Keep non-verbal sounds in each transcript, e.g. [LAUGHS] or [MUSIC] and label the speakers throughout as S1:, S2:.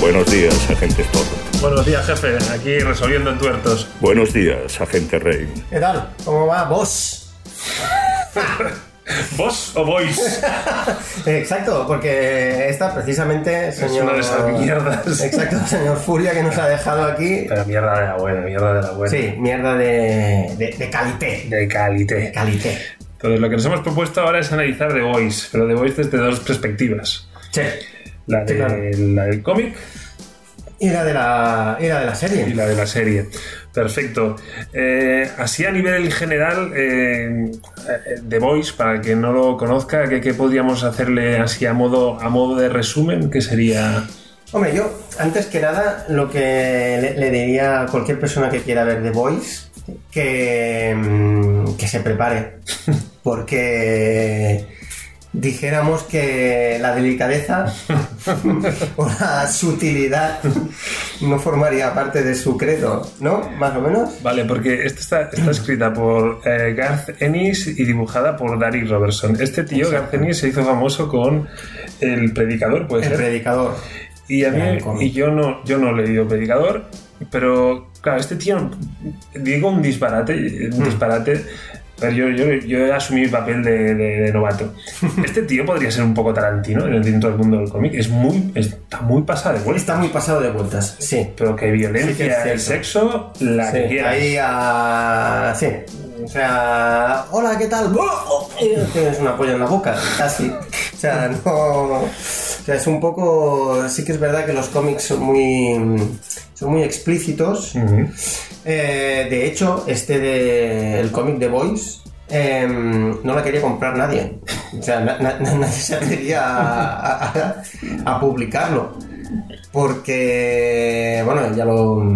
S1: Buenos días, agente Storm.
S2: Buenos días, jefe. Aquí resolviendo entuertos.
S1: Buenos días, agente Rain.
S3: ¿Qué tal? ¿Cómo va vos?
S2: ¿Vos o boys?
S3: Eh, Exacto, porque esta precisamente, señor...
S2: una de esas mierdas.
S3: [LAUGHS] Exacto, señor Furia que nos ha dejado aquí.
S2: Pero mierda de la buena, mierda de la buena.
S3: Sí, mierda de, de, de calité.
S2: De
S3: De
S2: calité.
S3: calité.
S2: Entonces, lo que nos hemos propuesto ahora es analizar The Voice, pero The Voice desde dos perspectivas.
S3: Sí.
S2: La,
S3: Sí,
S2: de-
S3: claro.
S2: la del cómic
S3: Y la de la, y la, de la
S2: y
S3: serie.
S2: la de la serie. Perfecto. Eh, así a nivel general, eh, eh, The Voice, para el que no lo conozca, ¿qué, qué podríamos hacerle así a modo, a modo de resumen? ¿Qué sería...?
S3: Hombre, yo, antes que nada, lo que le, le diría a cualquier persona que quiera ver The Voice, que, mm, que se prepare. [LAUGHS] Porque dijéramos que
S2: [LAUGHS]
S3: la delicadeza o la sutilidad no formaría parte de su credo, ¿no? Más o menos.
S2: Vale, porque esta está, está escrita por eh, Garth Ennis y dibujada por Dari Robertson. Este tío, Garth Ennis, se hizo famoso con El Predicador, puede
S3: El
S2: ser.
S3: predicador.
S2: y a
S3: Gran
S2: mí,
S3: cómic.
S2: y yo no, yo no he leído Predicador, pero claro, este tío, digo un disparate,
S3: Hmm.
S2: un disparate. A ver, yo, yo, yo asumí mi papel de, de- de
S3: [LAUGHS]
S2: novato. Este tío podría ser un poco Tarantino en el- dentro del mundo del cómic. Es muy, está muy pasada de vuelta.
S3: Está muy pasado de vueltas, sí.
S2: Pero que
S3: Sí que es
S2: violencia, el
S3: cierto.
S2: sexo, la
S3: Sí,
S2: que quieras.
S3: ahí a... Sí. O sea, hola, ¿qué tal? ¡Oh! Tienes una polla en la boca, casi. O sea, no... O sea, es un poco... Sí que es verdad que los cómics son muy... Son muy explícitos.
S2: Ujú.
S3: Eh, de hecho, este de... El cómic de Boys... em, no la quería comprar nadie. [LAUGHS] O sea, na- na- na- nadie se atrevía a- a- a- a publicarlo porque bueno ya lo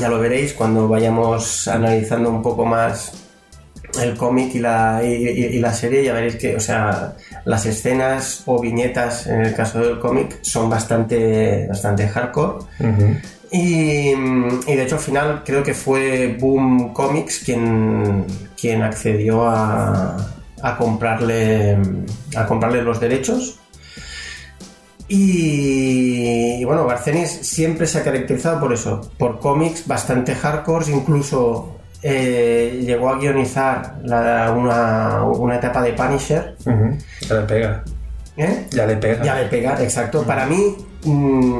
S3: ya lo veréis cuando vayamos analizando un poco más el cómic y la, y, y- y la serie ya veréis que o sea las escenas o viñetas en el caso del cómic son bastante bastante hardcore
S2: Ujú.
S3: y, mm, y de hecho al final creo que fue Boom Comics quien, quien accedió a, a comprarle a comprarle los derechos. Y, y bueno, Barcenis siempre se ha caracterizado por eso, por cómics bastante hardcore, incluso eh, llegó a guionizar la- una, una etapa de Punisher.
S2: Ujú. Ya le pega.
S3: ¿eh?
S2: Ya le pega.
S3: Ya de pegar, exacto. Para mí, mm,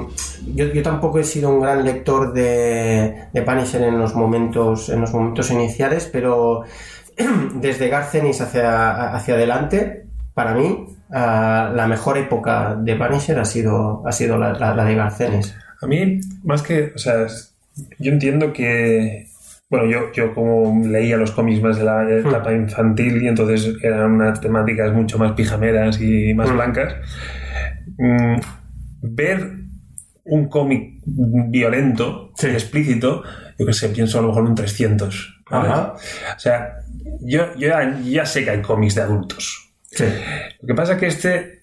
S3: yo, yo tampoco he sido un gran lector de, de Punisher en los momentos, en los momentos iniciales, pero [CLEARS THROAT] desde Garcenis hacia, hacia adelante, para mí, ah, la mejor época de Punisher ha sido, ha sido la, la- la de Garcenis.
S2: A mí, más que. O sea, es- yo entiendo que. Bueno, yo, yo como leía los cómics más de la
S3: Hmm.
S2: etapa infantil y entonces eran unas temáticas mucho más pijameras y más
S3: Mm.
S2: blancas. mm, ver un cómic violento,
S3: Sí.
S2: explícito, yo que sé, pienso a lo mejor en un 300. ¿vale?
S3: Ajá.
S2: O sea, yo, yo ya- ya sé que hay cómics de adultos.
S3: Sí.
S2: Lo que pasa es que este,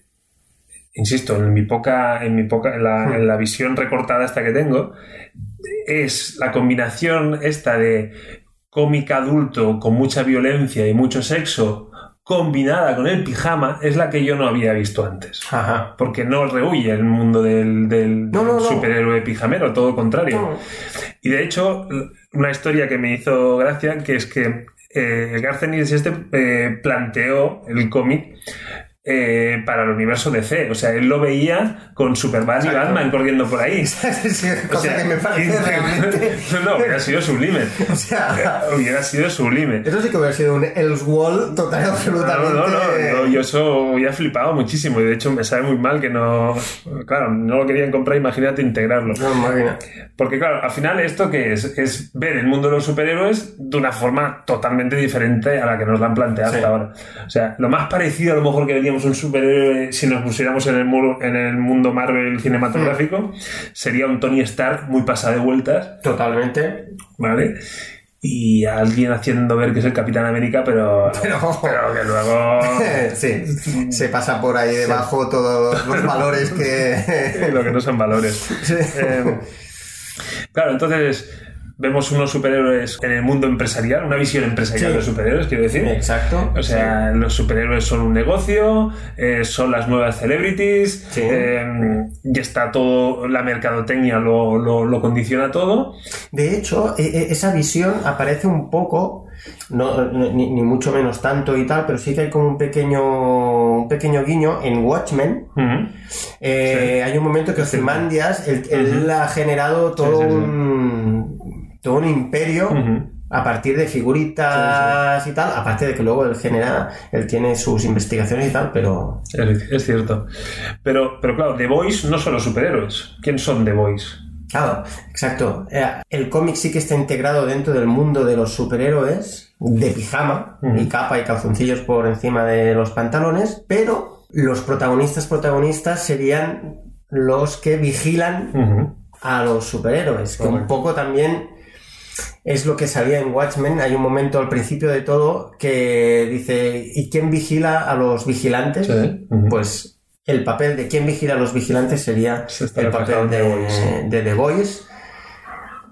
S2: insisto, en mi poca, en mi poca, en
S3: Hmm.
S2: la, en la visión recortada esta que tengo, es la combinación esta de cómic adulto con mucha violencia y mucho sexo combinada con el pijama es la que yo no había visto antes.
S3: Ajá.
S2: Porque no rehuye el mundo del, del-
S3: No,
S2: del
S3: no, no.
S2: superhéroe pijamero, todo lo contrario. Y de hecho, una historia que me hizo gracia, que es que eh, Garcenis este eh, planteó el cómic eh, para el universo DC. O sea, él lo veía con Superman y
S3: Exacto.
S2: Batman corriendo por ahí.
S3: [LAUGHS] Sí,
S2: [LAUGHS]
S3: cosa
S2: O sea,
S3: que me parece realmente.
S2: [LAUGHS] No, no, hubiera sido sublime. [LAUGHS]
S3: O sea,
S2: Hubiera sido sublime.
S3: eso sí que hubiera sido un Elseworld total y absolutamente.
S2: No, no, no, yo eso hubiera flipado muchísimo y de hecho me sabe muy mal que no... Claro, no lo querían comprar, imagínate integrarlo.
S3: No, máquina.
S2: Porque claro, al final esto que es es ver el mundo de los superhéroes de una forma totalmente diferente a la que nos la han planteado
S3: Sí.
S2: hasta ahora. O sea, lo más parecido a lo mejor que veríamos un superhéroe si nos pusiéramos en el, muro- en el mundo Marvel cinematográfico sería un Tony Stark muy pasa de vueltas,
S3: Totalmente.
S2: ¿vale? Y alguien haciendo ver que es el Capitán América, pero,
S3: Pero-
S2: pero que luego...
S3: [LAUGHS] Sí, se pasa por ahí debajo todos los valores
S2: [LAUGHS]
S3: que.
S2: lo que no son valores. Eh, claro, entonces vemos unos superhéroes en el mundo empresarial, una visión empresarial
S3: Sí.
S2: de superhéroes, quiero decir.
S3: Exacto.
S2: O sea, los superhéroes son un negocio, eh, son las nuevas celebrities,
S3: Sí.
S2: eh, y está todo, la mercadotecnia lo, lo- lo condiciona todo.
S3: De hecho, e- e- esa visión aparece un poco, no, ni, ni mucho menos tanto y tal, pero sí que hay como un pequeño, un pequeño guiño en Watchmen.
S2: Ujú.
S3: Eh, Hay un momento que Ozymandias, él, él
S2: Ujú.
S3: ha generado todo
S2: Sí, sí, sí.
S3: un todo un imperio
S2: Ujú.
S3: a partir de figuritas y tal, aparte de que luego él genera, él tiene sus investigaciones y tal, pero
S2: Es, es cierto. Pero, pero claro, The Boys no son los superhéroes. ¿Quién son The Boys?
S3: Claro, exacto. Eh, El cómic sí que está integrado dentro del mundo de los superhéroes, de pijama
S2: Ujú.
S3: y capa y calzoncillos por encima de los pantalones, pero los protagonistas protagonistas serían los que vigilan
S2: Ujú.
S3: a los superhéroes, que un
S2: Correcto.
S3: poco también es lo que salía en Watchmen. Hay un momento al principio de todo que dice, ¿y quién vigila a los vigilantes?
S2: Sí. Ujú.
S3: Pues el papel de quién vigila a los vigilantes sería
S2: Se está
S3: el papel
S2: reflejado
S3: de,
S2: en The Voice.
S3: de The Voice.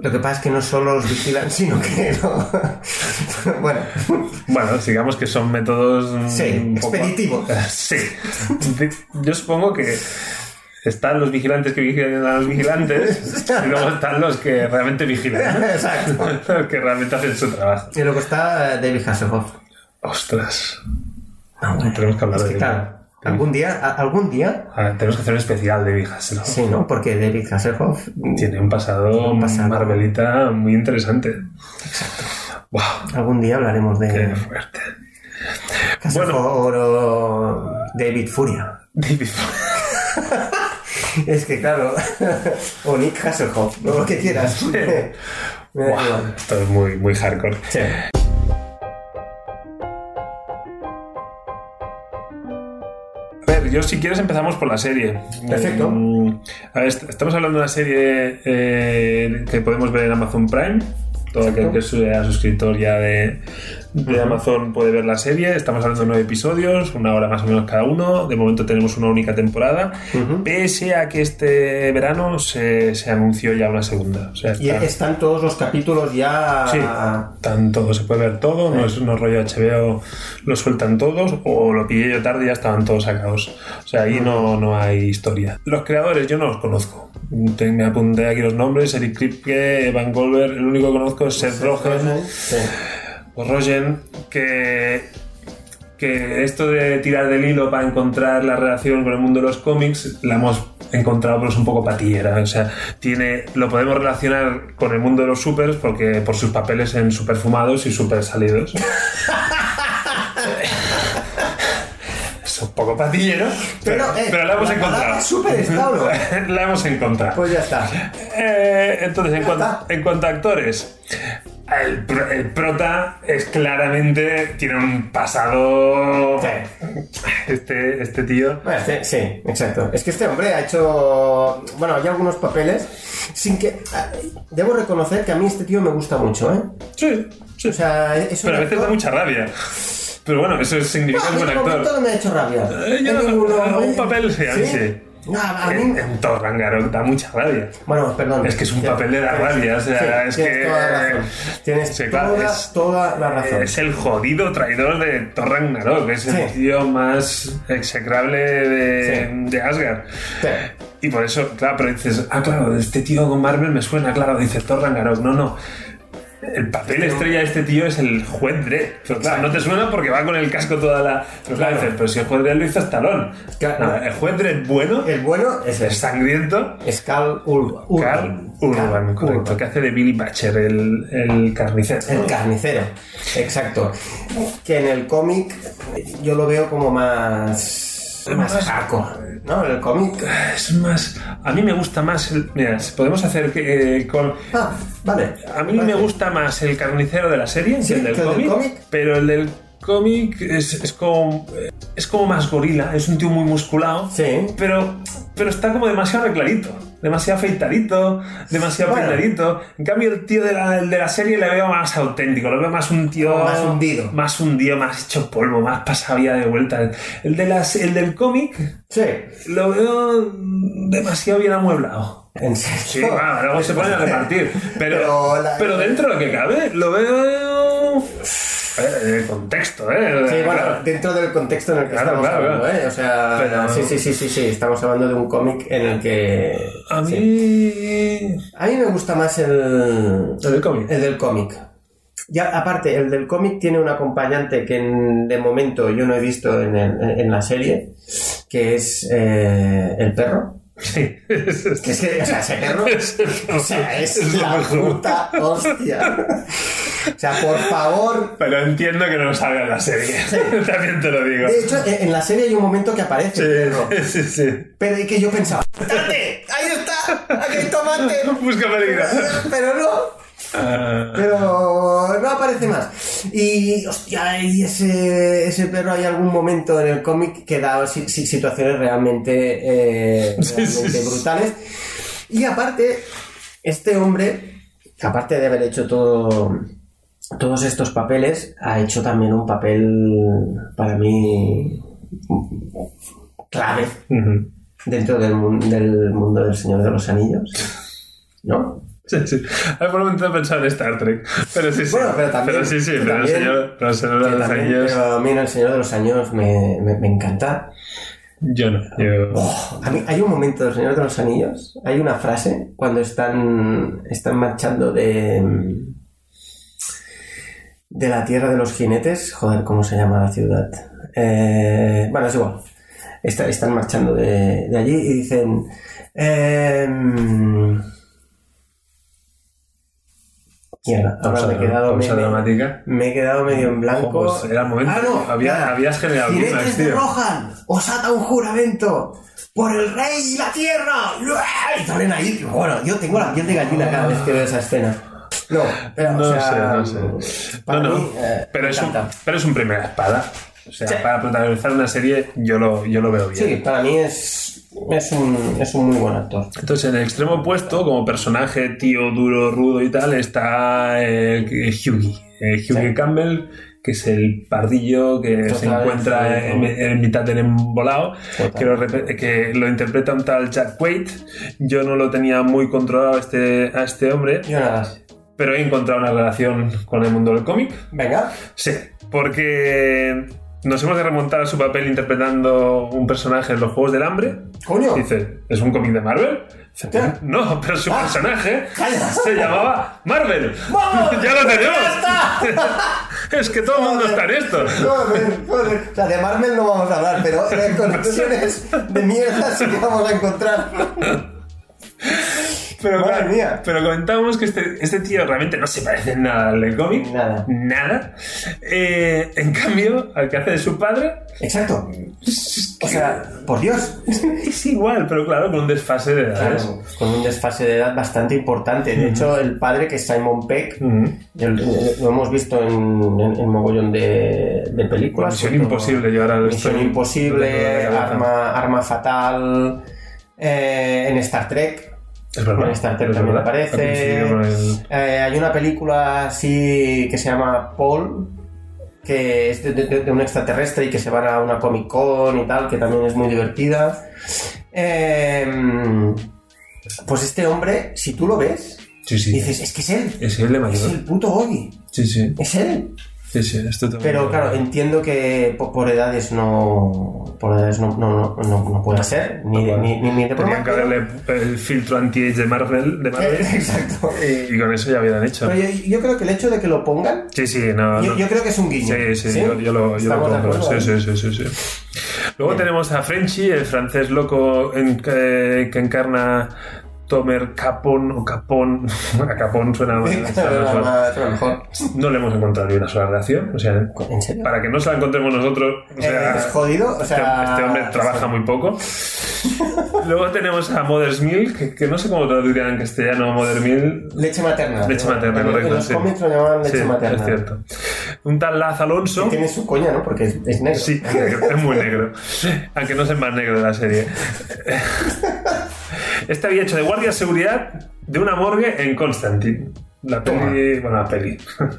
S3: Lo que pasa es que no solo los vigilan, [LAUGHS] sino que no. bueno, [LAUGHS]
S2: Bueno, digamos que son métodos. mm,
S3: Sí,
S2: un poco-
S3: expeditivos.
S2: [LAUGHS] Sí. Yo supongo que están los vigilantes que vigilan a los vigilantes y luego están los que realmente vigilan.
S3: exacto.
S2: ¿no? Los que realmente hacen su trabajo.
S3: Y luego está eh, David Hasselhoff.
S2: Ostras. Ah, Tenemos que hablar
S3: Es
S2: de
S3: que
S2: él.
S3: claro, algún día, a- algún día,
S2: A ver, tenemos que hacer un especial de Vijas, ¿no?
S3: sí, ¿no? Porque David Hasselhoff
S2: Tiene un pasado,
S3: Tiene un pasado.
S2: marvelita muy interesante. Exacto. Wow,
S3: Algún día hablaremos
S2: qué
S3: de
S2: fuerte. [LAUGHS]
S3: Casa
S2: Bueno.
S3: Oro David Furia.
S2: David-
S3: Es que claro, [LAUGHS] o Nick Hasselhoff, o lo que quieras. [LAUGHS] Me da
S2: Wow,
S3: igual.
S2: esto es muy, muy hardcore.
S3: Sí.
S2: A ver, yo si quieres empezamos por la serie.
S3: Perfecto.
S2: Mm, a ver, est- estamos hablando de una serie eh, que podemos ver en Amazon Prime. Todo aquel que sea suscriptor ya de, de Amazon puede ver la serie. Estamos hablando de nueve episodios, una hora más o menos cada uno. De momento tenemos una única temporada.
S3: Ujú.
S2: Pese a que este verano se, se anunció ya una segunda. O sea,
S3: Y
S2: está-
S3: están todos los capítulos ya.
S2: Sí, están todos, se puede ver todo, no es no es rollo HBO, lo sueltan todos, o lo pillé yo tarde y ya estaban todos sacados. O sea, ahí no, no hay historia. Los creadores yo no los conozco. Te- me apunté aquí los nombres, Eric Kripke, Van Goldberg, el único que conozco es Pues Seth Rogen,
S3: Sí.
S2: o pues, Rogen, que, que esto de tirar del hilo para encontrar la relación con el mundo de los cómics, la hemos encontrado pero es un poco patillera. O sea, tiene, lo podemos relacionar con el mundo de los supers porque por sus papeles en superfumados y super
S3: [LAUGHS]
S2: salidos. es un poco patillero, pero,
S3: eh,
S2: pero la hemos
S3: la palabra
S2: encontrado.
S3: Super está, bro.
S2: [LAUGHS] la hemos encontrado.
S3: Pues ya está.
S2: Eh, entonces, en
S3: está.
S2: cuanto, en cuanto a actores, el, pro- el prota es claramente. tiene un pasado. Este, este tío.
S3: Bueno, este- sí, exacto. Es que este hombre ha hecho. Bueno, hay algunos papeles. Sin que. ah, Debo reconocer que a mí este tío me gusta mucho, ¿eh?
S2: Sí,
S3: O sea, es un
S2: Pero a veces da
S3: actor-
S2: mucha rabia. Pero bueno, eso significa
S3: Ah,
S2: que es
S3: en
S2: buen
S3: este momento
S2: actor.
S3: no me ha hecho rabia.
S2: Eh, yo-
S3: En ninguno,
S2: a un
S3: ¿eh?
S2: papel, sí, a mí sí.
S3: No, Ah, a mí-
S2: En, en Thor Ragnarok da mucha rabia.
S3: Bueno, perdón.
S2: Es que es un papel de dar rabia, o sea, es
S3: tienes
S2: que-
S3: Toda la razón. Tienes
S2: Sí, claro,
S3: toda,
S2: es-
S3: toda la razón.
S2: Es el jodido traidor de Thor Ragnarok. Es el
S3: Sí.
S2: tío más execrable de, de Asgard.
S3: Sí.
S2: Y por eso, claro, pero dices, ah, claro, este tío con Marvel me suena, claro, dice Thor Ragnarok. No, no. El papel estrella de este tío es el juez Dredd. Pero claro, no te suena porque va con el casco toda la. Pero, claro, dices, pero si el juez Dredd lo hizo Stallone.
S3: Claro.
S2: No, el juez Dredd bueno,
S3: El bueno es
S2: es
S3: el
S2: sangriento,
S3: Scal Urban.
S2: Carl Urban,
S3: Carl
S2: correcto,
S3: Urban.
S2: que hace de Billy Batcher, el, el carnicero.
S3: El carnicero, exacto. Que en el cómic yo lo veo como más. más hardcore. ¿No? En el cómic.
S2: Es más. A mí me gusta más. el- mira, podemos hacer que, eh, con.
S3: Ah, vale.
S2: A mí me
S3: Vale.
S2: gusta más el carnicero de la serie
S3: Sí,
S2: que el del
S3: que el del
S2: cómic,
S3: cómic.
S2: pero el del cómic es, es como es como más gorila, es un tío muy musculado,
S3: Sí.
S2: pero pero está como demasiado reclarito, demasiado afeitadito, demasiado
S3: Bueno.
S2: peinadito. En cambio el tío de la, el de la serie le veo más auténtico, lo veo más un tío
S3: Más hundido.
S2: más hundido, más hecho polvo, más pasado ya de vuelta. El de las, el del cómic
S3: Sí.
S2: lo veo demasiado bien amueblado.
S3: En serio.
S2: Sí, va, luego se ponen a repartir. Pero, pero,
S3: Oh. Pero la-
S2: dentro de lo que cabe, lo veo. Eh, En el contexto, ¿eh?
S3: Sí, bueno,
S2: Claro.
S3: dentro del contexto en el que
S2: Claro,
S3: estamos
S2: claro,
S3: hablando,
S2: claro.
S3: ¿eh? O sea,
S2: Pero-
S3: sí, sí, sí, sí, sí, estamos hablando de un cómic en el que...
S2: A mí.
S3: sí. A mí me gusta más el,
S2: Lo del cómic.
S3: el del cómic. Ya, aparte, el del cómic tiene un acompañante que en- de momento yo no he visto en, el- en la serie, que es eh, el perro.
S2: Sí. [LAUGHS]
S3: Que es que, o sea, ese perro... O sea, es la puta hostia. O sea, por favor,
S2: [LAUGHS] Pero entiendo que no lo salga en la serie. [LAUGHS] También te lo digo.
S3: De hecho, en en la serie hay un momento que aparece el perro.
S2: Sí, sí, sí. [LAUGHS]
S3: Pero y que yo pensaba, [LAUGHS] ¡Tomate! ¡Ahí está! ¡Aquí hay [LAUGHS] tomate!
S2: Busca peligro.
S3: Pero no.
S2: Ah,
S3: Pero no aparece más. Y hostia, y ese, ese perro hay algún momento en el cómic que da si- si- situaciones realmente, [LAUGHS] eh,
S2: Sí, sí,
S3: realmente
S2: sí.
S3: brutales. Y aparte, este hombre, aparte de haber hecho todo, todos estos papeles, ha hecho también un papel para mí clave
S2: ujú.
S3: dentro del, mun- del mundo del Señor de los Anillos. ¿No?
S2: Sí, sí. Ahora por un momento he pensado en Star Trek. Pero sí, sí.
S3: Bueno, pero también-
S2: sí, sí.
S3: que
S2: Pero el
S3: también-
S2: señor, pero el señor de
S3: Que
S2: los
S3: también,
S2: anillos,
S3: pero a mí en El Señor de los Anillos me, me- me encanta.
S2: Yo no. Yo.
S3: Oh, A mí, hay un momento del Señor de los Anillos, hay una frase cuando están, están marchando de, de la tierra de los jinetes. Joder, ¿cómo se llama la ciudad? Eh, bueno, es igual. Está- están marchando de, de allí y dicen... em, Mierda, ahora
S2: Pausa
S3: me he
S2: dra-
S3: quedado...
S2: pausa
S3: me- me-
S2: dramática.
S3: Me he quedado medio en blanco.
S2: Ojo, pues era el momento.
S3: Ah, no.
S2: Había-
S3: ya.
S2: habías generado climas,
S3: Jinetes de
S2: tío.
S3: Rohan, os ata un juramento por el rey y la tierra. Y salen ahí. Bueno, yo tengo la piel de gallina cada vez que veo esa escena. No, pero,
S2: No
S3: o sea,
S2: sé, no sé.
S3: Para
S2: No, no,
S3: mí, eh,
S2: pero,
S3: me
S2: es un,
S3: encanta.
S2: pero es un primera espada. O sea,
S3: Sí.
S2: para protagonizar una serie yo lo, yo lo veo bien.
S3: Sí, para mí es, es, un, es un muy buen actor.
S2: Entonces, en el extremo opuesto, como personaje tío, duro, rudo y tal, está eh, Hughie. Eh, Hughie Campbell, que es el pardillo que se
S3: vez,
S2: encuentra
S3: sí,
S2: en,
S3: ¿no?
S2: en mitad del embolado,
S3: Total.
S2: que lo, rep- que lo interpreta un tal Jack Wade. Yo no lo tenía muy controlado a este, a este hombre,
S3: Yo nada.
S2: pero he encontrado una relación con el mundo del cómic.
S3: Venga.
S2: Sí, porque nos hemos de remontar a su papel interpretando un personaje en los Juegos del Hambre.
S3: Coño.
S2: Dice, ¿es un cómic de Marvel? Dice,
S3: Hostia.
S2: No, pero su
S3: Ah.
S2: personaje
S3: Calla.
S2: se llamaba Marvel.
S3: ¡Vamos!
S2: [LAUGHS] ¡Ya lo tenemos!
S3: ¡Ya
S2: [LAUGHS] es que todo el mundo está en esto.
S3: Joder, joder. O sea, de Marvel no vamos a hablar, pero
S2: [LAUGHS]
S3: de conexiones de mierda sí que vamos a encontrar.
S2: Pero,
S3: Madre
S2: claro,
S3: mía.
S2: pero comentamos que este, este tío realmente no se parece en nada al del cómic.
S3: Nada.
S2: Nada. Eh, en cambio, al que hace de su padre,
S3: Exacto. O sea, por Dios.
S2: es igual, pero claro, con un desfase de edades.
S3: Claro, con un desfase de edad bastante importante. De hecho, el padre, que es Simon Peck,
S2: Ujú.
S3: el- el- lo hemos visto en, en- en mogollón de, de películas.
S2: Misión
S3: sobre todo
S2: imposible, yo ahora lo
S3: Misión
S2: estoy-
S3: imposible, arma, arma fatal, eh, en Star Trek.
S2: Es verdad.
S3: En Star Trek
S2: es
S3: también
S2: verdad.
S3: aparece.
S2: Ha coincidido con el-
S3: Eh, hay una película así que se llama Paul, que es de, de- de un extraterrestre y que se van a una Comic Con y tal, que también es muy divertida. Eh, pues este hombre, si tú lo ves,
S2: Sí, sí.
S3: dices, es que es él,
S2: Es el de
S3: es
S2: mayor.
S3: el puto Obi,
S2: Sí, sí.
S3: es él.
S2: Sí, sí, esto también
S3: Pero
S2: lo-
S3: claro, entiendo que po- por edades no. Por edades no, no, no, no, no puede ser. Ni,
S2: Bueno,
S3: ni, ni, ni de
S2: Tenían
S3: broma.
S2: que darle el filtro anti-age de Marvel, de Marvel.
S3: [LAUGHS] Exacto.
S2: y, y con eso ya habían hecho.
S3: Eh, Pero yo, yo creo que el hecho de que lo pongan.
S2: Sí, sí, no.
S3: Yo,
S2: no.
S3: yo creo que es un guiño.
S2: Sí, sí, yo, yo lo, yo lo
S3: Estamos de
S2: compro.
S3: acuerdo,
S2: Sí,
S3: ¿eh? [LAUGHS]
S2: sí, sí, sí, sí. Luego tenemos a Frenchy, el francés loco en- eh, que, que encarna Tomer Capón o Capón. [LAUGHS] a Capón suena más.
S3: [LAUGHS]
S2: suena
S3: Claro,
S2: mejor.
S3: nada, nada, mejor.
S2: No le hemos encontrado ni una sola relación. O sea,
S3: ¿En serio?
S2: para que no se la encontremos nosotros. o sea,
S3: Eh, es jodido. O
S2: este,
S3: sea,
S2: este hombre trabaja muy poco. Luego tenemos a Mother's Milk, que, que no sé cómo traducirían en castellano Mother's Milk.
S3: Leche materna.
S2: Leche materna,
S3: En- en
S2: correcto,
S3: los
S2: sí.
S3: cómics lo llamaban leche
S2: Sí,
S3: materna.
S2: es cierto. Un tal Laz Alonso.
S3: Que tiene su coña, ¿no? Porque es, es negro.
S2: Sí, es muy negro. Aunque no es el más negro de la serie. Este había hecho de guardia de seguridad de una morgue en Constantine. La peli. Bueno, la peli. [LAUGHS]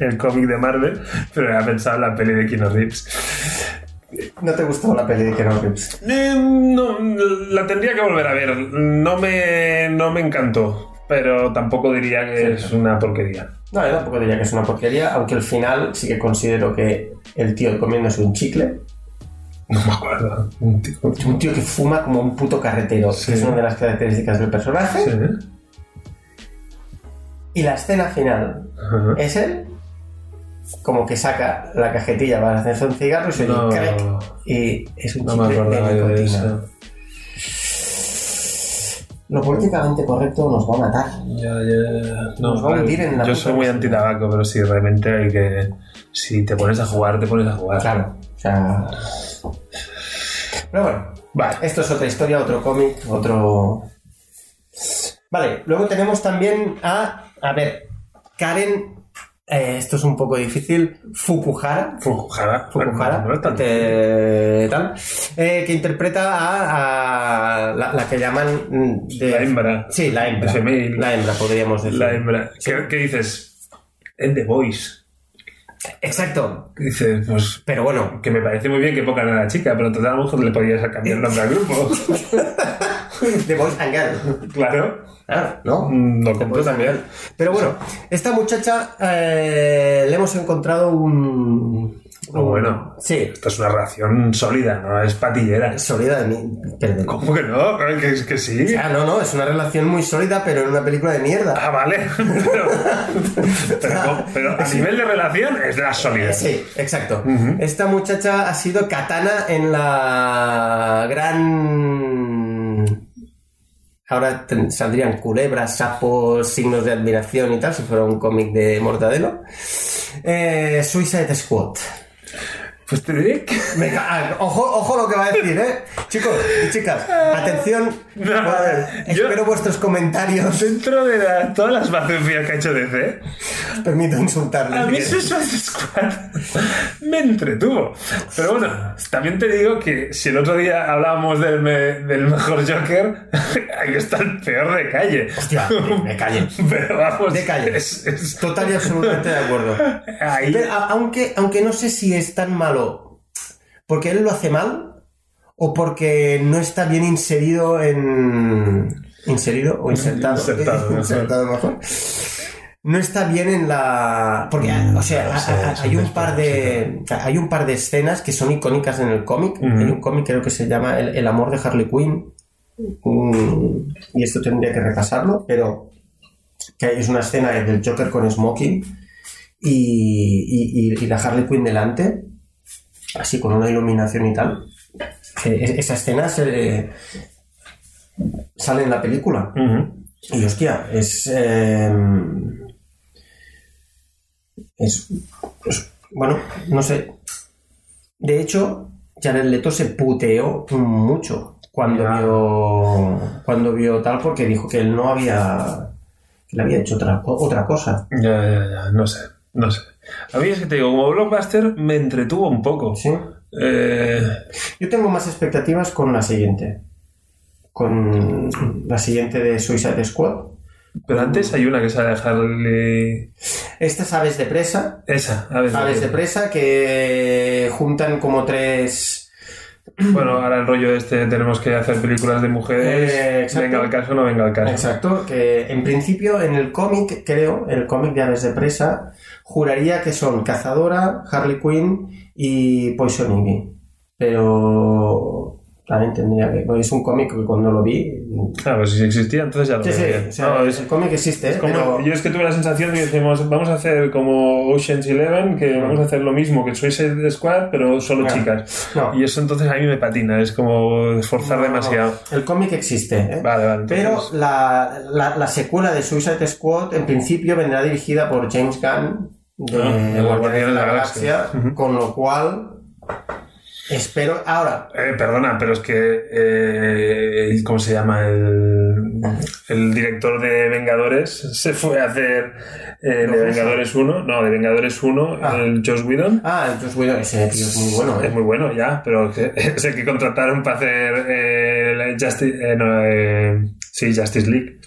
S2: el cómic de Marvel, pero había pensado en la peli de Kino Reeves.
S3: No te gustó la peli pues, de Keanu Reeves.
S2: Eh, no, la tendría que volver a ver. No me, no me encantó. Pero tampoco diría que es una porquería.
S3: No, yo tampoco diría que es una porquería, aunque al final sí que considero que el tío comiéndose un chicle,
S2: No me acuerdo. Un tío-
S3: un tío que fuma como un puto carretero,
S2: Sí.
S3: que es una de las características del personaje,
S2: Sí, ¿eh?
S3: y la escena final
S2: Ajá.
S3: es él como que saca la cajetilla para hacerse un cigarro y se oye
S2: No.
S3: crack, y es un
S2: No me
S3: chicle de
S2: acordaba yo de
S3: nicotina.
S2: eso.
S3: Lo políticamente correcto nos va a matar.
S2: Ya, ya, ya. No,
S3: Nos va a hundir en la
S2: yo
S3: puta
S2: soy muy
S3: miseria.
S2: antitabaco, pero sí, realmente hay que. Si te pones a jugar, te pones a jugar.
S3: Claro, o sea... Pero bueno,
S2: Vale.
S3: Esto es otra historia, otro cómic, otro. Vale, luego tenemos también a. A ver, Karen. eh, esto es un poco difícil. Fukuhara.
S2: Fukuhara.
S3: Fukuhara.
S2: Bueno, no es tan-
S3: eh, tal, eh, que interpreta a, a la, la que llaman. mm, de-
S2: La hembra.
S3: Sí, la hembra.
S2: Female.
S3: La hembra, podríamos decir.
S2: La hembra. ¿Qué, qué dices? En The Voice.
S3: Exacto.
S2: Dices, pues.
S3: Pero bueno, [CLEARS THROAT]
S2: Que me parece muy bien que pongan a la chica, pero total, a lo mejor le podías cambiar el nombre al grupo. [LAUGHS]
S3: The Voice and Girl.
S2: claro.
S3: Claro, ¿no?
S2: Mm, Lo
S3: Te
S2: compro
S3: puedes
S2: también.
S3: cambiar. Pero bueno, esta muchacha eh, le hemos encontrado un.
S2: Ah, bueno.
S3: Sí,
S2: Esta es una relación sólida, no es patillera.
S3: sólida de mi- pero de-
S2: ¿Cómo que no? Que, que sí.
S3: Ah, no, no, es una relación muy sólida, pero en una película de mierda.
S2: Ah, vale. [LAUGHS] Pero, pero, pero a nivel de relación es de la solidez.
S3: Sí, exacto.
S2: Ujú.
S3: Esta muchacha ha sido Katana en la gran. Ahora te- saldrían culebras, sapos, signos de admiración y tal, si fuera un cómic de Mortadelo. Eh, Suicide Squad.
S2: Pues te diré que.
S3: Venga, ah, ojo, ojo lo que va a decir, ¿eh? Chicos y chicas,
S2: [LAUGHS]
S3: atención.
S2: No,
S3: eh,
S2: yo-
S3: Espero vuestros comentarios.
S2: Dentro de la- todas las vacías que ha hecho DC,
S3: Os permito insultarles.
S2: a mí
S3: si queréis.
S2: Suicide Squad me entretuvo. Pero bueno, también te digo que si el otro día hablábamos del, me- del mejor Joker, [LAUGHS] ahí está el peor de calle.
S3: Hostia, me calle.
S2: [LAUGHS] Pero vamos.
S3: De calle.
S2: es- es-
S3: Total y absolutamente de acuerdo.
S2: ahí.
S3: Pero, a- aunque, aunque no sé si es tan malo porque él lo hace mal o porque no está bien inserido en. ¿Inserido o insertado? [LAUGHS]
S2: Insertado, mejor.
S3: Insertado, mejor. No está bien en la. Porque, o sea,
S2: no sé,
S3: a- a-
S2: es
S3: hay
S2: un
S3: un par de. eh, Hay un par de escenas que son icónicas en el cómic.
S2: Ujú.
S3: Hay un cómic creo que se llama El, El amor de Harley Quinn. Mm, Y esto tendría que repasarlo, pero que es una escena del Joker con Smoking y, y- y- y la Harley Quinn delante, así con una iluminación y tal. Eh, es- Esa escena se- eh, sale en la película.
S2: Ujú.
S3: Y hostia, es. eh, es. es- Bueno, no sé. De hecho, Jared Leto se puteó mucho cuando
S2: Ya.
S3: vio. Cuando vio tal, porque dijo que él no había. que le había hecho otra, otra cosa.
S2: Ya, ya, ya. No sé. No sé. A mí es que te digo, como blockbuster me entretuvo un poco.
S3: ¿sí?
S2: Eh,
S3: Yo tengo más expectativas con la siguiente. Con la siguiente de Suicide Squad.
S2: Pero antes hay una que sale a Harley.
S3: Estas aves de presa
S2: Esa, a ver.
S3: aves de presa que juntan como tres
S2: Bueno, ahora el rollo este, tenemos que hacer películas de mujeres,
S3: Eh, exacto.
S2: venga el caso no venga el caso.
S3: Exacto, que en principio en el cómic, creo, en el cómic de Aves de Presa, juraría que son Cazadora, Harley Quinn y Poison Ivy. Pero también tendría que. pues es un cómic que cuando lo vi.
S2: Claro, Ah, pues si existía, entonces ya lo
S3: Sí, sí,
S2: veía.
S3: o sea,
S2: No, es-
S3: el cómic existe,
S2: es
S3: ¿eh?
S2: como-
S3: pero.
S2: Yo es que tuve la sensación de que decimos, vamos a hacer como Ocean's Eleven, que vamos a hacer lo mismo que Suicide Squad, pero solo
S3: Ah,
S2: chicas.
S3: no.
S2: Y eso entonces a mí me patina, es como esforzar
S3: No, no, no.
S2: demasiado.
S3: El cómic existe, ¿eh?
S2: Vale, vale.
S3: Pero
S2: entonces-
S3: la, la, la secuela de Suicide Squad en principio vendrá dirigida por James Gunn de,
S2: Ah, de los Guardianes de la Galaxia. Ujú.
S3: con lo cual espero... Ahora,
S2: Eh, perdona, pero es que. eh, el- ¿Cómo se llama? El, el director de Vengadores se fue a hacer. eh, de
S3: ¿Lo
S2: Vengadores 1. No, de Vengadores 1,
S3: Ah.
S2: el Josh Whedon.
S3: ah, el Joss Whedon, ese tío es muy bueno,
S2: Es
S3: ¿eh?
S2: muy bueno, ya, pero es que- [LAUGHS] es el que contrataron para hacer. eh, la Justi- eh, no, eh, sí, Justice League.